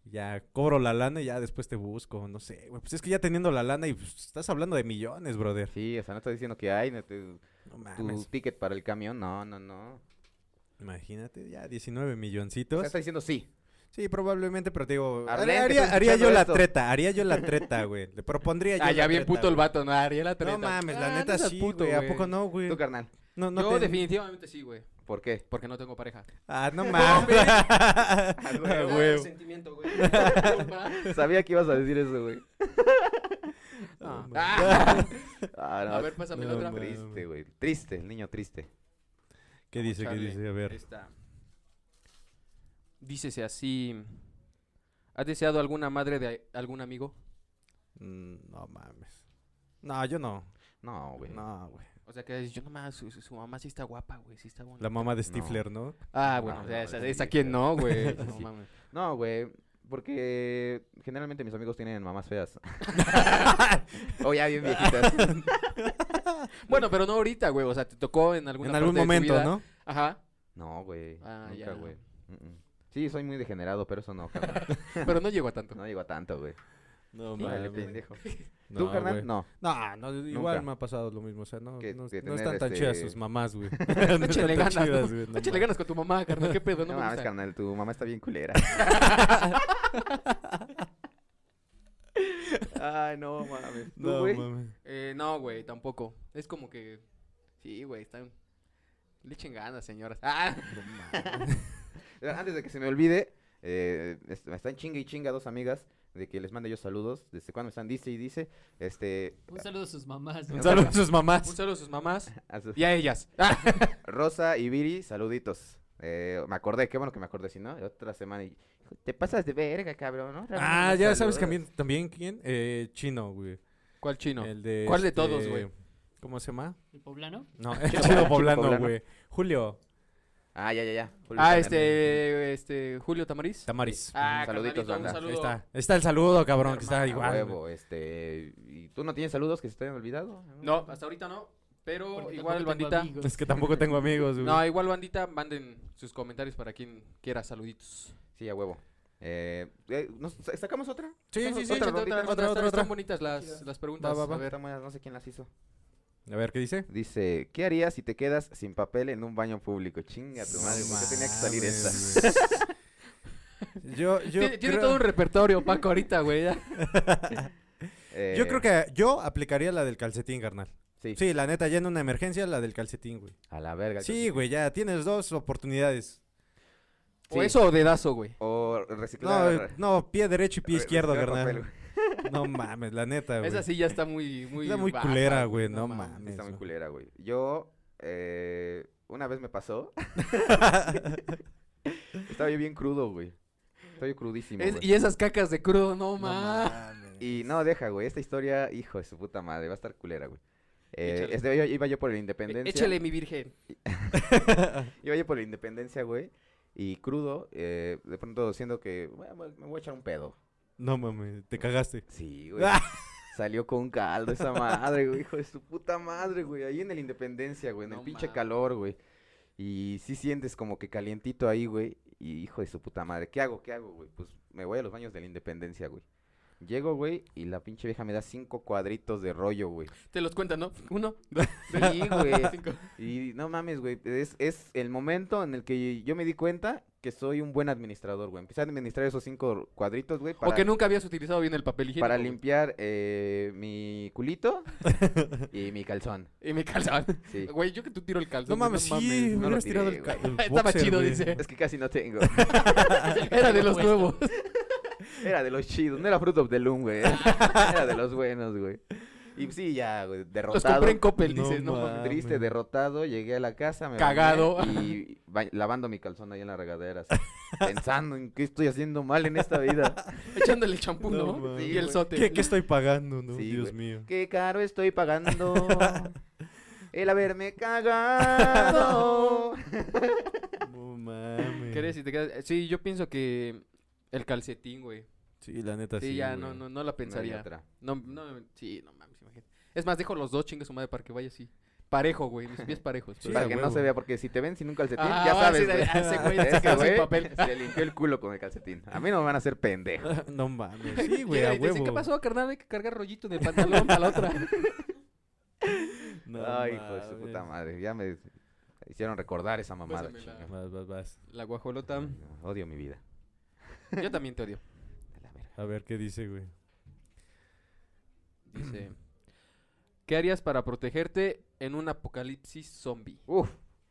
ya cobro la lana y ya después te busco, no sé, güey. Pues es que ya teniendo la lana y pues, estás hablando de millones, brother. carnal. Sí, o sea, no estás diciendo que hay no te- Ah, No tu mames. ticket para el camión. No, no, no. Imagínate, ya 19 O milloncitos. sea, estás diciendo sí. Sí, probablemente, pero te digo, Arlene, haría, que haría- estás haría yo escuchando la esto. treta, haría yo la treta, güey. Le propondría yo Ah, la ya bien treta, puto el güey. vato, no, haría la treta. No mames, Ah, la no neta seas sí, puto, güey. ¿A güey. poco no, güey? Tú, carnal. No, no Yo te- definitivamente sí, güey. ¿Por qué? Porque no tengo pareja. Ah, no mames. Ah, Ah, güey. sentimiento, güey. Sabía que ibas a decir eso, güey. Ah. No Ah. Ah, no, A ver, pásame la No, otra. mames. triste, güey. Triste, el niño triste. ¿Qué dice? ¿Qué dice? A ver. Esta. Dícese así. ¿Has deseado alguna madre de algún amigo? Mm, No mames. No, yo no. No, güey. No, güey. O sea, que dices, yo nomás, su, su- su mamá sí está guapa, güey, sí está bonita. La mamá de No. Stifler, ¿no? Ah, bueno, Ah, o sea, no, esa, es esa difícil. quién no, güey. No Sí. mames. No, güey. Porque generalmente mis amigos tienen mamás feas. o ya bien viejitas. Bueno, pero no ahorita, güey, o sea, te tocó en algún En algún momento, ¿no? Ajá, No, güey. Ah, ya. nunca, güey. Mm, mm. Sí, soy muy degenerado, pero eso no, carnal. pero no llegó a tanto. No llego a tanto, güey. No, Órale, mames. pendejo. ¿Tú, carnal? güey. No. No, no, igual Nunca. me ha pasado lo mismo. O sea, no, Que- no, que tener, no están tan chidas este, sus mamás, güey. no No están échale tan ganas, chidas, ¿no? güey. no No échale mames. ganas con tu mamá, carnal, qué No, pedo, no, me mames, gusta. carnal. Tu mamá está bien culera. Ay, no mames. ¿Tú, No, güey? mames. Eh, no, güey, tampoco. Es como que, sí, güey, están... Le echen ganas, señoras. Ah, Antes de que se me olvide, eh, es- me están chinga y chinga dos amigas de que les mande yo saludos. Desde cuando me están dice y dice, este, Un saludo a sus mamás. Un ¿no? saludo a sus un mamás. saludo a sus mamás a sus- y a ellas. Ah, Rosa y Viri, saluditos. Eh, me acordé, qué bueno que me acordé, si no, otra semana y "Hijo, te pasas de verga, cabrón, ¿no? Otra vez Ah, mandas ya sabes saludos". también, también quién? Eh, chino, güey. ¿Cuál chino? El de este ¿Cuál de todos, güey? ¿Cómo se llama? ¿El poblano? No, el chino poblano, poblano. güey. Julio Ah, ya, ya, ya. Julio Ah, César. este, este, Julio Tamariz. Tamariz. Ah, Saluditos, carnalito, banda. un saludo. Ahí está. Ahí está el saludo, cabrón, que está Hermano, A igual. güey. huevo, este, ¿y tú no tienes saludos que se te hayan olvidado? No, hasta ahorita no, pero Porque igual tampoco tengo bandita. amigos. Es que tampoco tengo amigos, güey. No, igual bandita, manden sus comentarios para quien quiera saluditos. Sí, a huevo. Eh, eh, ¿nos- ¿Sacamos otra? sí, sí, sí, sí, sí. otra Échate rondita, otra, otra, otra, otra, Están otra. bonitas las, las preguntas. Va, va, va. A ver, Están buenas, no sé quién las hizo. A ver, ¿qué dice? Dice, ¿qué harías si te quedas sin papel en un baño público? Chinga tu madre, ¿por qué tenía que salir esta? esta? yo, yo, tiene, tiene creo, todo un repertorio, Paco, ahorita, güey. ya. yo creo que yo aplicaría la del calcetín, carnal. Eh, Sí. Sí, la neta, ya en una emergencia, la del calcetín, güey. A la verga. Sí, güey, ya tienes dos oportunidades. O eso o dedazo, güey. O No, reciclar. eh, no, pie derecho y pie re- izquierdo, reciclar carnal. papel, güey. No mames, la neta, güey. Esa sí ya está muy, muy. Está muy baja, culera, güey, no mames. Está muy güey. culera, güey. Yo, eh, una vez me pasó. Estaba yo bien crudo, güey. Estaba yo crudísimo, Es- güey. y esas cacas de crudo, no, No mames. mames. Y no, deja, güey. Esta historia, hijo de su puta madre, va a estar culera, güey. Eh, Échale. este, iba yo- iba yo por la independencia. Échale mi virgen. Iba yo por la independencia, güey. Y crudo, eh, de pronto siento que "Bueno, me voy a echar un pedo. No mames, te cagaste. Sí, güey. Salió con caldo esa madre, güey. Hijo de su puta madre, güey. Ahí en el Independencia, güey. En el No pinche mames. calor, güey. Y sí sientes como que calientito ahí, güey. Y hijo de su puta madre. ¿Qué hago? ¿Qué hago, güey? Pues me voy a los baños de la Independencia, güey. Llego, güey, y la pinche vieja me da cinco cuadritos de rollo, güey. Te los cuentan, ¿no? Uno, dos, Sí, güey. cinco. Y no mames, güey. Es, es el momento en el que yo me di cuenta que soy un buen administrador, güey. Empecé a administrar esos cinco cuadritos, güey. O que nunca habías utilizado bien el papel higiénico. para güey. limpiar eh, mi culito y mi calzón. Y me calzaban. Sí. Güey, yo que tú tiro el calzón. No güey, mames, no sí, no lo hubieras tiré, tirado el, güey. ca- el Estaba boxer, chido, güey. dice. Es que casi no tengo. Era de los Puesto. nuevos. Era de los chidos, no era Fruit of the Loom, güey. Era de los buenos, güey. Y sí, ya, güey, Los derrotado. compré en Coppel, No dices, no mames. mames. Triste, mames. derrotado, llegué a la casa, me Cagado. bañé y ba- lavando mi calzón ahí en la regadera, así, pensando en qué estoy haciendo mal en esta vida. Echándole el champú, No ¿no? mames. y el Sí, sote. ¿Qué, qué estoy pagando, no? Sí, Dios güey. mío. Qué caro estoy pagando el haberme cagado. No mames. ¿Qué eres? Y te quedas- Sí, yo pienso que el calcetín, güey. Sí, la neta sí. Sí, ya, güey. no, no, no la No pensaría. hay otra. No, no, sí, no mames, imagínate. Es más, dejo los dos chingues su madre para que vaya así. Parejo, güey, mis pies parejos. Sí, pero- Para a que no huevo. se vea, porque si te ven sin un calcetín, Ah, ya sí, sabes. de- güey. ah, ese güey se Ese quedó sin güey papel. Se limpió el culo con el calcetín. A mí no me van a hacer pendejo. No mames. Sí, güey, Llega a y te huevo. dice, ¿qué pasó, carnal? Hay que cargar rollito en el pantalón para la otra. No Ay, hijo de su puta mames. madre. Ya me hicieron recordar esa mamada. Pásamela. chinga. Vas, vas, vas. La guajolota. Odio mi vida. Yo también te odio. A ver qué dice, güey. Dice, ¿qué harías para protegerte en un apocalipsis zombie? Uf.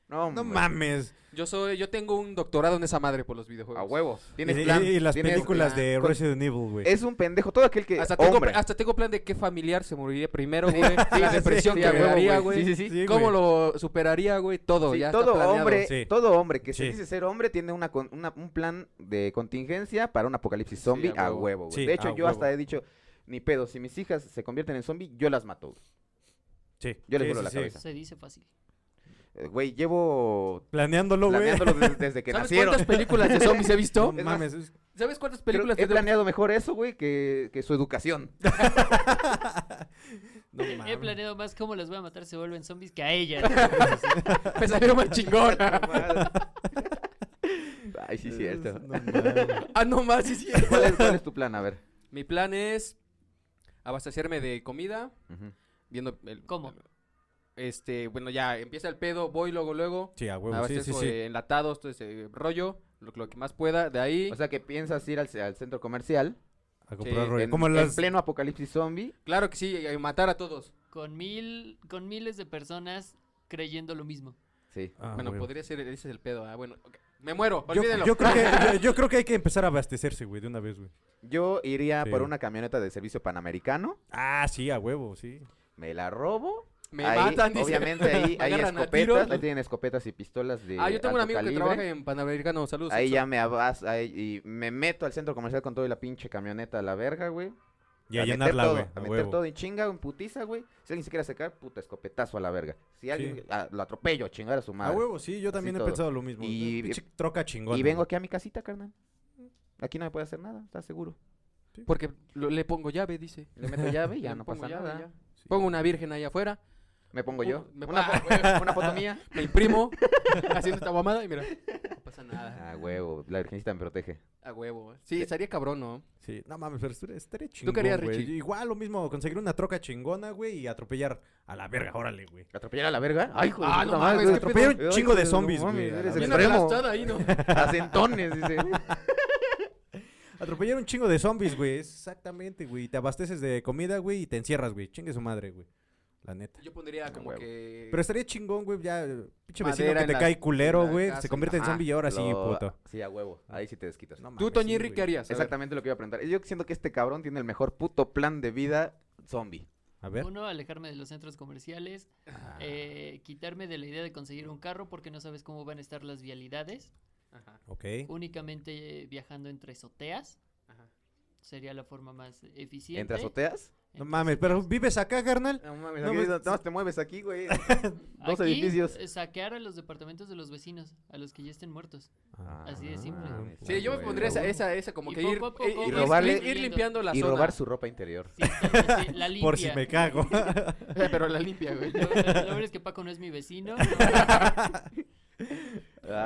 No, No hombre. mames. Yo soy, yo tengo un doctorado en esa madre por los videojuegos. A huevo. Tienes Y- plan. y, y las tienes películas plan. de Con- Resident Evil, güey. plan. Es un pendejo. Todo aquel que. Hasta tengo, hombre. hasta tengo plan de qué familiar se moriría primero, güey. la sí, depresión sí, que a me huevo, daría, güey. güey. Sí, sí, sí, ¿Cómo güey. lo superaría, güey? Todo, Sí, ya está todo planeado. hombre, Sí. todo hombre que se Sí. dice ser hombre tiene una, con- una- un plan de contingencia para un apocalipsis zombie a a huevo. huevo. güey. Sí, de hecho, a yo hasta huevo. he dicho, ni pedo, si mis hijas se convierten en zombie, yo las mato. güey. Sí. Yo les sí, vuelo sí, la sí. cabeza. Se dice fácil. Eh, Güey, llevo Planeándolo, güey. planeándolo des- desde, que ¿Sabes nacieron. cuántas películas de zombies he visto? No Es más, mames. es- ¿Sabes cuántas Creo películas que he de zombies? planeado mejor eso, güey, que, que su educación. No He mames. planeado más cómo las voy a matar, se vuelven zombies que a ellas. Me salió más chingón. Ay, sí, cierto. No mames. ah, no más, sí, sí. ¿Cuál es, cuál es tu plan? A ver. Mi plan es abastecerme de comida, Ujú. viendo el... ¿Cómo? Este, bueno, ya empieza el pedo, voy luego, luego. Sí, Ah, a huevo. Sí, Abastezco sí, sí. de enlatados, todo ese rollo, lo, lo que más pueda. De ahí, O sea, que piensas ir al, al centro comercial A comprar Sí, rollo. en, Como en las. pleno apocalipsis zombie. claro que sí, eh, matar a todos. Con mil, con miles de personas creyendo lo mismo. Sí. Ah, bueno, huevo. podría ser, ese es el pedo. Ah, bueno, ok. me muero, Yo, olvídenlo. yo creo que, yo, yo creo que hay que empezar a abastecerse, güey, de una vez, güey. Yo iría Sí. por una camioneta de servicio panamericano, Ah, sí, a huevo, sí. me la robo. Me ahí, matan, dice. Obviamente ahí Me hay agarran a escopetas, tiros. ahí tienen escopetas y pistolas de Ah, yo tengo un alto amigo que calibre. trabaja en Panamericano, saludos. Ahí Edson. ya me abas, ahí, y me meto al centro comercial con toda la pinche camioneta a la verga, güey. Y a, meter llenarla, todo, güey. A A meter huevo. todo en chinga, en putiza, güey. Si alguien se quiere sacar, puta, escopetazo a la verga. Si alguien Sí. a- lo atropello, a chingar a su A madre. huevo, sí, yo también he todo. pensado lo mismo. Y- Y... Pinche troca chingón. y vengo aquí a mi casita, carnal. Aquí no me puede hacer nada, ¿estás seguro? Porque lo- le pongo llave, dice. Le meto llave y ya Le no pongo pasa llave, nada. ya. Pongo una virgen ahí afuera, Me pongo yo. Uh, Me una, pa- fo- una foto mía. me imprimo, haciendo esta mamada y mira, no pasa nada. Ah, Eh. huevo, la virgencita me protege. A huevo. Sí, estaría cabrón, ¿no? Sí, no mames, pero estaría- estaría chingón. qué harías, güey. Richie? Igual lo mismo, conseguir una troca chingona, güey, y atropellar a la verga, órale, güey. ¿Atropellar a la verga? Ay, hijo de Ah, puta no madre, mames, güey. qué Atropellar Ay, un chingo hijo de su- zombies, no güey. mames, a eres la Bien verga. extremo. aplastada ahí, ¿no? A centones, dice. Atropellar un chingo de zombies, güey. Exactamente, güey. Te abasteces de comida, güey, y te encierras, güey. Chingue su madre, güey. la neta. Yo pondría como huevo. que. Pero estaría chingón, güey, ya, eh, pinche vecino Madera que en te la- cae culero, en la güey, casa. se convierte ah, en Ajá, zombie y ahora sí, lo- puto. Sí, a huevo. Ahí sí te desquitas. No Tú, mames, sí, Toñirri, güey. ¿qué harías? A ver. Exactamente lo que iba a preguntar. Yo siento que este cabrón tiene el mejor puto plan de vida zombie. A ver. Ah. Uno, alejarme de los centros comerciales, eh, quitarme de la idea de conseguir un carro porque no sabes cómo van a estar las vialidades. Ajá, Ok. Únicamente eh, viajando entre azoteas ajá. sería la forma más eficiente. ¿Entras azoteas? No mames, pero vives acá, carnal. No mames, No, aquí pues- no- nada más te mueves aquí, güey. dos Aquí, edificios. eh, Saquear a los departamentos de los vecinos, a los que ya estén muertos. Ah. Así de es simple. Sí, yo me pondría esa, esa, esa como Y que poco ir, a poco este, ir- vas ir- robarle- ir limpiando la Y zona. robar su ropa interior. Sí, está- sí, la limpia. Por si me cago. Pero la limpia, güey. Lo, lo peor es que Paco no es mi vecino.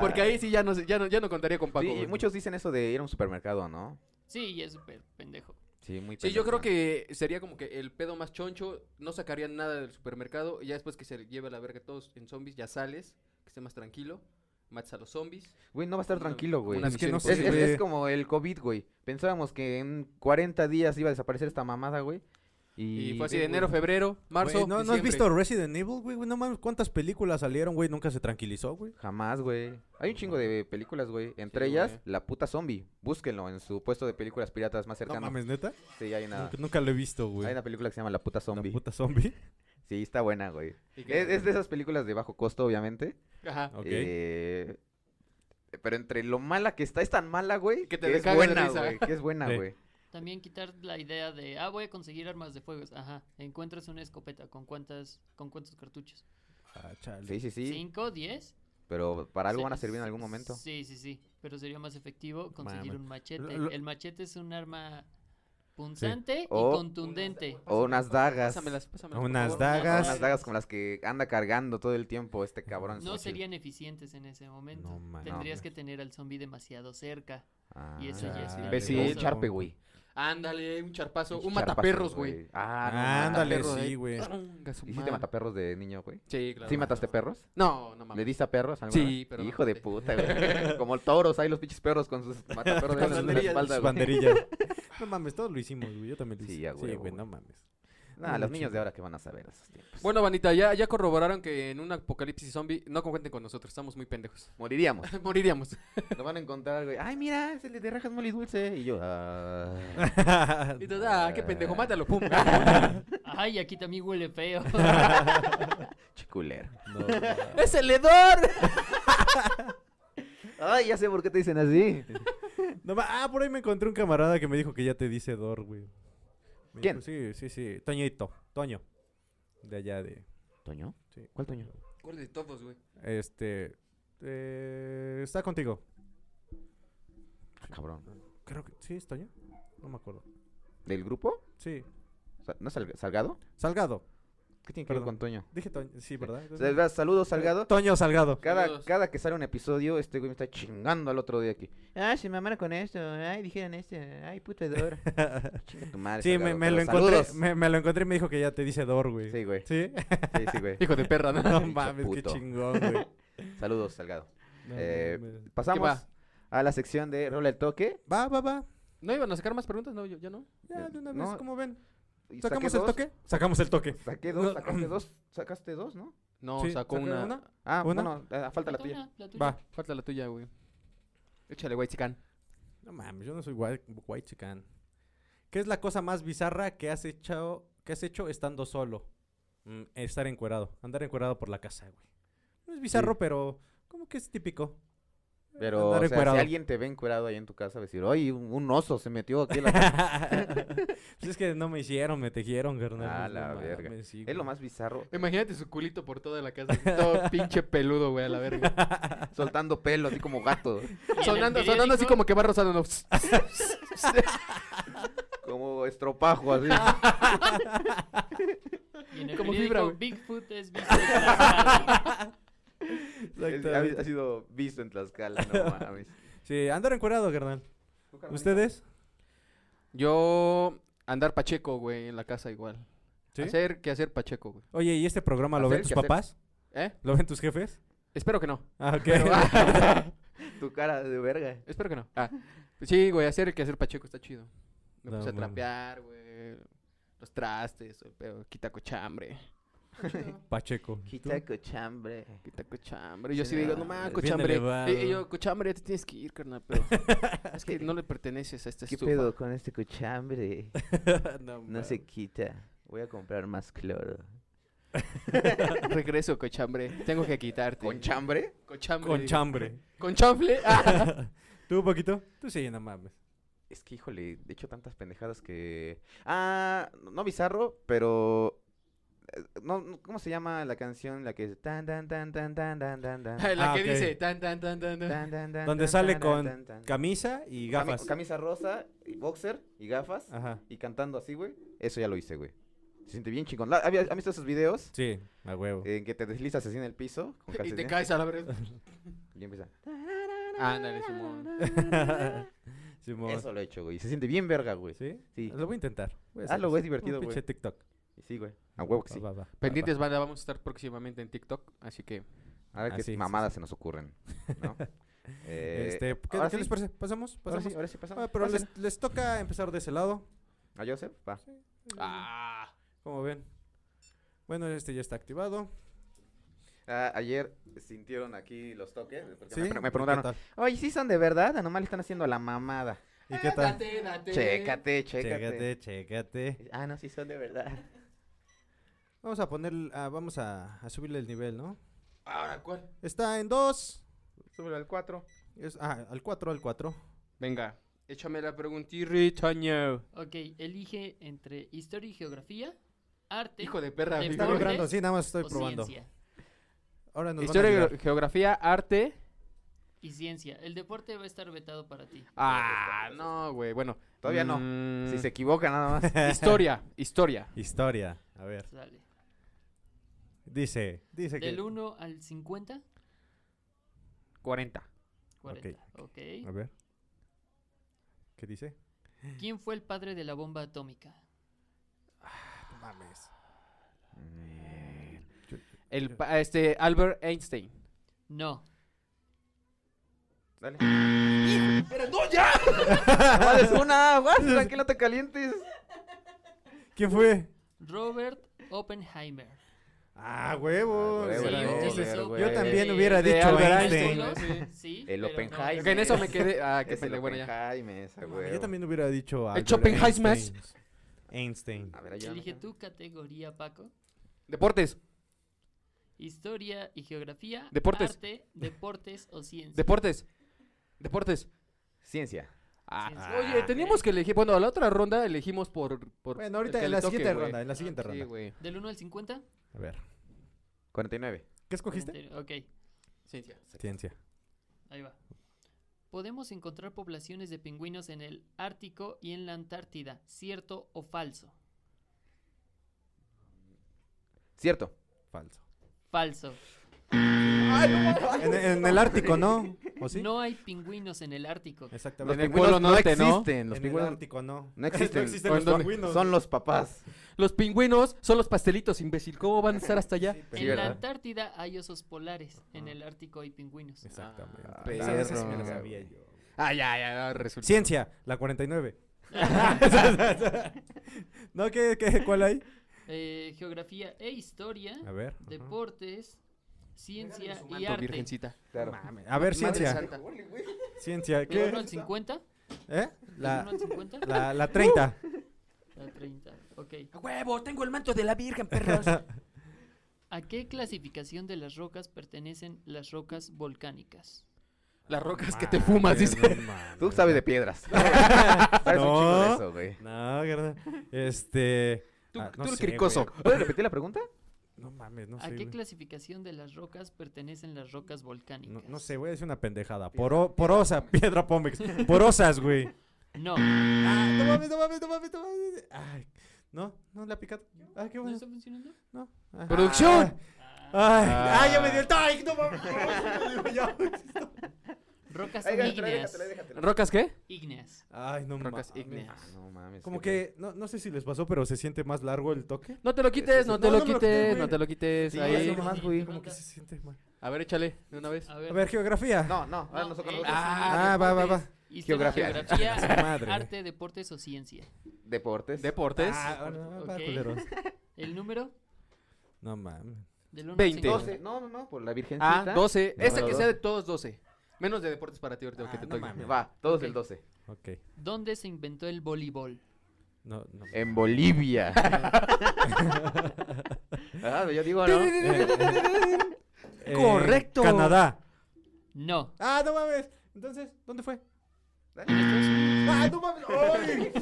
Porque ahí sí ya no, sé- ya no, ya no contaría con Ah. Paco. Sí, y güey. muchos dicen eso de ir a un supermercado, ¿no? Sí, y es súper pendejo. Sí, muy Sí, yo creo pendejo. que sería como que el pedo más choncho, no sacarían nada del supermercado, y ya después que se lleve a la verga todos en zombies, ya sales, que esté más tranquilo, matas a los zombies. Güey, no va a estar Una- tranquilo, güey. una Es que no Es, misión sé, es- imposible. es güey. como el COVID, güey. Pensábamos que en 40 días iba a desaparecer esta mamada, güey. Y, Y fue así de enero, febrero, marzo, Güey, ¿no, ¿No has diciembre. visto Resident Evil, güey? Güey, No mames, ¿cuántas películas salieron, güey? Nunca se tranquilizó, güey. Jamás, güey. Hay un chingo de películas, güey. Entre Sí, ellas, güey. La puta zombie. Búsquenlo en su puesto de películas piratas más No cercano. mames, ¿neta? Sí, hay una, Nunca, nunca lo he visto, hay güey. una película que se llama La puta La zombie. puta zombie. Sí, está buena, güey. Y que- Es, es de esas películas de bajo costo, obviamente. Ajá. Ok. Eh, pero entre lo mala que está, es tan mala, güey, Que que, te es cagas de buena, risa. güey. Que es buena, Sí. güey. También quitar la idea de, ah, voy a conseguir armas de fuego. Ajá, encuentras una escopeta. ¿Con cuántas, con cuántos cartuchos? Ah, chale. Sí, sí, sí. ¿Cinco? ¿Diez? Pero para algo Se- van a servir en algún momento. Sí, sí, sí. Pero sería más efectivo conseguir Mames. un machete. Lo- El machete es un arma punzante y O- contundente. O unas dagas. Pásamelas, pásamelas. por Unas favor. Ah, dagas. Unas dagas como las que anda cargando todo el tiempo este cabrón. No Xochitl. serían eficientes en ese momento. No mames. Tendrías que tener al zombie demasiado cerca. Ah, y eso ya es chale. un Ve, sí, pedazo. el charpe, güey. Ándale, un charpazo, un Pinche mataperros, charpazo, güey. Ah, no, Ah, Ándale, mataperros. Perro, sí, eh. güey. Chinga su ¿Hiciste madre. mataperros de niño, güey? Sí, claro. ¿Sí mataste perros? No, no ¿Le mames. diste a perros? alguna Sí, vez? pero no Hijo de maté. puta, güey. Como toros, hay los pinches perros con sus mataperros Con de en la banderillas. espalda, Sus güey. banderillas. No mames, todos lo hicimos, güey. Yo también lo hice. Sí, a huevo, güey, güey. no mames. Nah, los niños de ahora que van a saber esos tiempos. Bueno, Vanita, ya, ya corroboraron que en un apocalipsis zombie no cuenten con nosotros, estamos muy pendejos. Moriríamos. Moriríamos. Lo van a encontrar, güey. Ay, mira, es el de rajas mole dulce. Y yo, ah. Y tú, ah, qué pendejo, mátalo, pum. Ay, aquí también huele feo. Chiculero. No, mames. ¡Es el hedor! Ay, ya sé por qué te dicen así. No ma- ah, por ahí me encontré un camarada que me dijo que ya te dice Dor, güey. Me ¿Quién? dijo, sí, sí, sí. Toñito. Toño. De allá de. ¿Toño? Sí. ¿Cuál Toño? ¿Cuál de todos, güey? Este. eh, está contigo. Ah, cabrón. Creo que. Sí, es Toño. No me acuerdo. ¿Del grupo? Sí. Sa- ¿No es Salg- Salgado? Salgado. ¿Qué tiene que Perdón. Pues ver con Toño? Dije Toño. Sí, ¿verdad? Eh, Se- va, Saludos, Salgado. Toño Salgado. Cada, Saludos. cada que sale un episodio, este güey me está chingando al otro día aquí. Ay, Ah, se me amara con esto. Ay, dijeron esto. Ay, puto hedor. Chinga tu madre. Sí, me, Salgado, me lo pero encontré. saludos. Me, me lo encontré y me dijo que ya te dice Dor, güey. Sí, güey. ¿Sí? Sí, sí, güey. Hijo de perra, ¿no? No Pinche mames, qué puto. chingón, güey. Saludos, Salgado. No Eh, mames. Pasamos va? a la sección de Rola el Toque. Va, va, va. ¿No iban a sacar más preguntas? No, yo, yo no. Ya, de una eh, No. vez, ¿cómo ven? Y ¿Sacamos saqué el dos, toque? Sacamos el toque. Saqué dos, No. sacaste dos, sacaste dos, ¿no? No, Sí, sacó ¿saca una. Ah, ¿Una? bueno, eh, falta la Falta tuya. una, la tuya. Va. Falta la tuya, güey. Échale, güey, chican. No mames, yo no soy white, white chican. ¿Qué es la cosa más bizarra que has hecho, que has hecho estando solo? Mm, estar encuerado, andar encuerado por la casa, güey. No es bizarro, pero como que es típico. Pero Andar o sea, encuerado. si alguien te ve encuerado ahí en tu casa, decir, oye, un, un oso se metió aquí. en la casa". pues es que no me hicieron, me tejieron, carnal. Ah, pues no la verga. mames, sí, es lo güey. más bizarro. Imagínate su culito por toda la casa. Todo pinche peludo, güey, a la verga. soltando pelo, así como gato. Y en el Sonando, sonando así periódico, como que va rozando. ¿no? como estropajo, así. Y en el como como fibra, fibra, güey. Bigfoot es visto en Tlaxcala. Es- ha, ha sido visto en Tlaxcala, no mames. Sí, andar encuerado, carnal. ¿Ustedes? Yo andar pacheco, güey, en la casa igual. ¿Sí? Hacer que hacer pacheco, güey. Oye, ¿y este programa lo ven Hacer, tus ¿qué hacer? papás? ¿Eh? ¿Lo ven tus jefes? Espero que no. Ah, ok. tu cara de verga. Espero que no. Ah, sí, güey, hacer el que hacer Pacheco está chido. Me No puse a mames. trapear, güey. Los trastes, el pedo, quita cochambre. Pacheco. Quita cochambre. Quita cochambre. Yo Sí, sí digo, no, no mames, bien cochambre. elevado. Eh, eh, yo, cochambre, ya te tienes que ir, carnal. Pero es que no le perteneces a esta ¿Qué estufa. pedo con este cochambre? no, No se quita. Voy a comprar más cloro. Regreso, cochambre. Tengo que quitarte. chambre? Cochambre. Con digo. chambre. Con chanfle. Ah. ¿Tú, Paquito? Tú sí, no mames. Es que, híjole, he hecho tantas pendejadas que... Ah, no bizarro, pero... eh, No, no, ¿Cómo se llama la canción? La que es... Tan, tan, tan, tan, tan, tan, tan, tan. La Ah, que ok. dice tan, tan, tan, tan, tan. Tan, tan, tan, Donde tan, sale tan, con tan, tan. Camisa y Cami- gafas. Ah. Camisa rosa, y boxer y gafas. Ajá. Y cantando así, güey. Eso ya lo hice, güey. Se siente bien chingón. La- ¿había- ¿Has visto esos videos? Sí, a huevo. En que te deslizas así en el piso. Con Y te calcetines, caes a la verga. Y empieza... Ándale, Simón. Simón. Eh, Eso lo he hecho, güey. Se siente bien verga, güey. ¿Sí? Sí. Lo voy a intentar. Voy a hacer Hazlo, güey, es eso. divertido, Un güey. pinche TikTok. Y sí, güey. A huevo que sí. Ah, Va, va, va, va, Pendientes, banda, vamos a estar próximamente en TikTok. Así que A ver Ah, qué sí, sí, mamadas se nos ocurren, ¿no? va. Eh, Este, ¿qué, ahora qué les sí, parece? ¿Pasamos? Ahora ¿Pasamos? sí, ahora sí pasamos. Ah, pero Pásenle. les, les toca empezar de ese lado. ¿A Joseph? Va. Ah, Como ven. Bueno, este ya está activado. Ah, ayer sintieron aquí los toques. porque ¿Sí? me, pre- me ¿Y preguntaron, qué tal? oye, ¿sí son de verdad? ¿O nomás le están haciendo la mamada? ¿Y qué tal? Eh, date, date. Chécate, chécate. Chécate, chécate. Ah, no, sí son de verdad. Vamos a poner, ah, vamos a, a subirle el nivel, ¿no? Ahora, ¿cuál? Está en 2. Súbelo al 4. ah, al 4, al 4. Venga, échame la preguntita, Toño. Ok, elige entre historia y geografía, arte Hijo de perra. Te Está ¿Deportes? figura. vibrando, sí, nada más estoy o probando. ciencia. Ahora nos Historia, van a geo- geografía, arte. Y ciencia. El deporte va a estar vetado para ti. Ah, no, güey. Bueno. Todavía no. mm, Si se equivoca nada más. Historia, historia. Historia, a ver. Sale. Dice, dice que... Del 1 al 50, 40. 40. ok. A ver. ¿Qué dice? ¿Quién fue el padre de la bomba atómica? Mames. El, pa- este, Albert Einstein. No. Dale. ¡Pero no, ya! ¡Vales una! guas, Tranquilo, te calientes. ¿Quién fue? Robert Oppenheimer. Ah, Ah, huevo, huevos. era Sí, yo. huevo. utilizó güey. Yo también parte hubiera de dicho Albert Einstein. Einstein, ¿no? Sí, El pero no, Oppenheimer. es este, Ok, en eso me quedé. Ah, qué Es el pendejo. Bueno, ya. Oppenheimer, esa, Mames, güey. Yo también hubiera dicho Albert Schopenhauer. Einstein. Einstein. A ver, ayúdame. Elige tu categoría, Paco. Deportes. Historia y geografía. Deportes. Arte, deportes o ciencia. Deportes. Deportes. Ciencia. Ah, Ciencia. oye, teníamos que elegir. Bueno, la otra ronda elegimos por. por Bueno, ahorita el que en le la toque, siguiente güey. ronda, en la siguiente Sí, ronda. güey. Del 1 al 50. A ver. 49. ¿Qué escogiste? 40, Ok, Ciencia. Ciencia. ahí va. Podemos encontrar poblaciones de pingüinos en el Ártico y en la Antártida, ¿cierto o falso? Cierto. Falso. Falso. En, en el Ártico, ¿no? ¿O sí? No hay pingüinos en el Ártico. Los Exactamente. En el pingüinos Polo no Norte, ¿no? existen. Los en el pingüinos Ártico, no. no existen. ¿O en los dónde? pingüinos. son los papás. Los pingüinos son los pastelitos, imbécil. ¿Cómo van a estar hasta allá? en la ¿verdad? Antártida hay osos polares, en el Ártico hay pingüinos. Exactamente. Ah, Esa- esa sí me la perro. sabía yo. Ah, ya, ya, resulta. Ciencia, la 49. no, ¿qué, qué, ¿cuál hay? Eh, geografía e historia, A ver. ajá. deportes, ciencia y Manto, arte. virgencita. Claro. Mames, A ver, ciencia. santa. Ciencia, ¿De 1 ¿qué? al 50? ¿Eh? ¿De 1 La, al 50? la, la 30. La 30. Ok. ¡A huevo! ¡Tengo el manto de la Virgen, perros! ¿A qué clasificación de las rocas pertenecen las rocas volcánicas? Las rocas que te fumas, Mames, dice. no mames. Tú sabes de piedras. sabes un chingo de No. eso, güey. No, verdad. Este. Tú, ah, no tú el sé, güey. cricoso. ¿Puedes repetir la pregunta? No mames, no ¿A sé. qué güey. clasificación de las rocas pertenecen las rocas No, volcánicas? no sé, voy a decir una pendejada. Poro, porosa, piedra pómex. Porosas, güey. No, Ah, no mames, no mames, no mames, no mames. Ay, no, no le ha picado. Ay, qué ¿no bueno. está funcionando? No. Ah. ¡Producción! Ay, ay, ya me dio el ¡Ay, no mames! no, ya me dio- Rocas Ay, déjatela, ígneas. déjatela, déjatela. ¿Rocas qué? Ígneas. Ay, no Rocas mames. ígneas. Ah, No mames. Como qué que, no, no sé si les pasó, pero se siente más largo el toque. No te lo quites, no te No, lo no me lo quité, quites, güey. no te lo quites. Sí, ahí. es lo más, güey. Como que se siente mal. A ver, échale de una vez. A A ver, ver, geografía. pedo. No, no, ahora No, nosotros eh, los Ah, va, va, va. historia, Geografía. geografía, Su madre. arte, deportes o ciencia. deportes. Deportes. Ah, no, no, no, Ok. culeros. ¿El número? No mames. Del uno al Veinte. cinco. 12, no, no, no, por la virgencita. Ah, 12. No, Esta no, que 12. sea de todos 12. Menos de deportes para ti ahorita Ah, que te no toque. mames. Va, todos Ok. el 12. Ok. ¿Dónde se inventó el voleibol? No, no. En Bolivia. ah, yo digo, ¿no? Eh, Correcto. Canadá. No. Ah, no mames. Entonces, ¿dónde fue? ¡Ah, no mames! ¡Ay!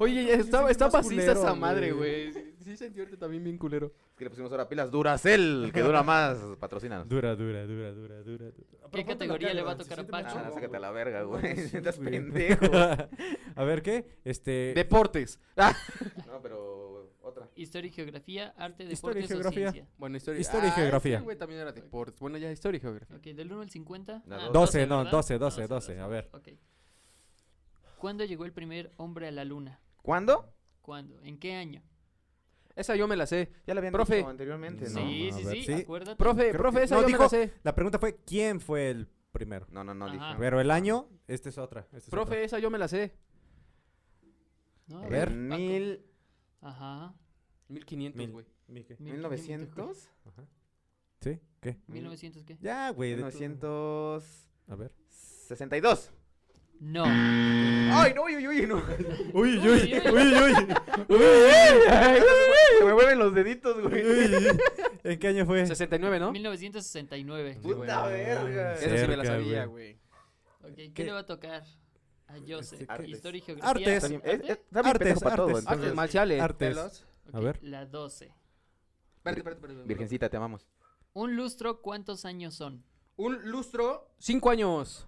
Oye, está, qué está más pasista culero, esa madre, güey. güey. Sí, sí sentí ahorita también bien culero. Que le pusimos ahora pilas Duracel, que dura más. Patrocínanos. Dura, dura, dura, dura, dura. dura. ¿Qué categoría le va a tocar a Ah, Pacho? no, sácate a la verga, No, güey. no, sí, Estás güey. pendejo. a ver, ¿qué? Eh, Este. Deportes. Ah, No, pero otra. Historia y geografía, arte, Historia y deportes geografía. o ciencia. bueno, historia. Historia y Ah, geografía. este güey también era deportes. Bueno, ya, historia y geografía. Ok, del 1 al 50. No, Ah, doce. 12, no, ¿verdad? 12, 12, 12. A ver. Ok. ¿Cuándo llegó el primer hombre a la luna? ¿Cuándo? ¿Cuándo? ¿En qué año? Esa yo me la sé. Ya la habían Profe. dicho anteriormente, ¿no? sí, a sí, ver, sí, sí. acuérdate. Profe, Creo profe, que- esa no, yo me dijo- la sé. La pregunta fue: ¿quién fue el primero? No, no, no, Ajá. dije. Pero el año, este es otra. esta es Profe, otra. esa yo me la sé. No, A ver. Paco. Mil... Ajá. 1500, Mil- güey. ¿mi qué? 1900, 1900? Ajá. ¿Sí? ¿Qué? ¿1900 qué? Ya, güey. de tu- 1962. A ver. No. Ay, no, uy, uy, uy, no. Uy, uy, uy, Se me mueven los deditos, güey. ¿En qué año fue? 69, ¿no? 1969. Puta verga. Esa sí me la Cerca, sabía, güey. güey. Ok, ¿qué, ¿Qué? le va a tocar a Jose? Este, ¿qué? Historia y geografía. Artes. Está bien- es- es- ¿Arte? está bien Artes, pendejo para todo, artes. entonces. Artes marciales. Artes. Pelos. A Ok, ver. La 12. Espérate, espérate, espérate. Virgencita, te amamos. Un lustro, ¿cuántos años son? Un lustro, 5 años.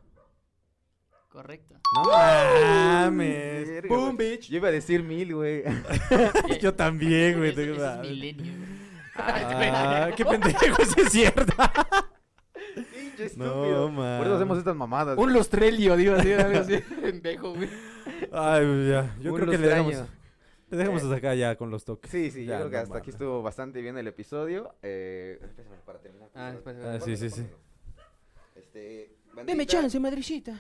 Correcto. No mames. Verga, Boom, güey. bitch. Yo iba a decir mil, güey. Yo también, güey. Eso- te- eso Eh, es milenio. Ah, qué pendejo, sí es cierto. Pinche No, estúpido. man. Por eso hacemos estas mamadas. Un lustrelio, digo así, algo así. Pendejo, güey. Ay, güey, ya. Yo Un creo que le dejamos, lustraño. le dejamos hasta acá ya con los toques. Sí, sí, yo Ya, creo que no hasta aquí mames. estuvo bastante bien el episodio. Eh, espésame para terminar. por Ah, favor. espérame, Ah, sí, sí, sí. Este, Deme bandita, chance, madrecita.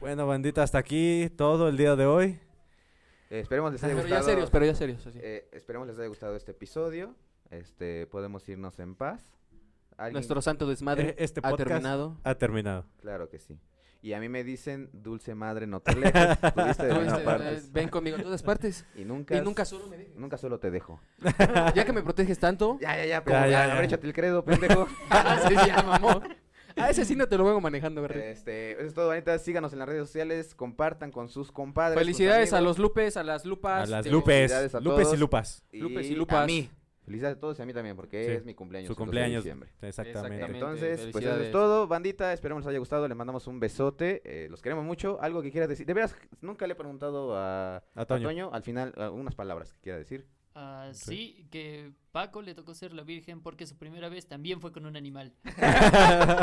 Bueno, bandita, hasta aquí todo el día de hoy. eh, esperemos les haya Ah, Pero gustado. ya serios, pero ya serios. así. eh, esperemos les haya gustado este episodio. Este, podemos irnos en paz. ¿Alguien- Nuestro santo desmadre Eh, este ha podcast- terminado. Ha terminado. Claro que sí. Y a mí me dicen, dulce madre, no te alejes. Tuviste de Tú, mí este, no partes. eh, ven conmigo a todas partes. Y nunca, Y nunca solo me dejes. nunca solo te dejo. Ya que me proteges tanto. Ya, ya, ya, pero Ya, ya, ya, a ya. ver, échate el credo, pendejo. Ah, sí, ya, mamó. A ese sí no te lo vengo manejando, güey. este, eso es todo, bonita. Síganos en las redes sociales, compartan con sus compadres. sus Felicidades a amigos. los lupes, a las lupas. A las este, lupes. felicidades a Lupes y todos. lupas. lupes y lupas. A mí. Felicidades a todos y a mí también, porque Sí, es mi cumpleaños. Su el 12 de cumpleaños. diciembre. Exactamente. Exactamente. Entonces, pues eso es felicidades. todo, bandita. Esperemos les haya gustado. Le mandamos un besote. eh, los queremos mucho. Algo que quieras decir. De veras, nunca le he preguntado a, A a Toño. Toño. al final a- unas palabras que quiera decir. Ah, sí, que Paco le tocó ser la virgen porque su primera vez también fue con un animal.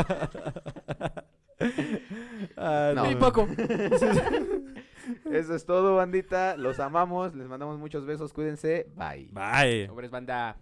Ah, No. Muy poco. Eso es todo, bandita. Los amamos. Les mandamos muchos besos. Cuídense. Bye. Bye. Hombres, banda.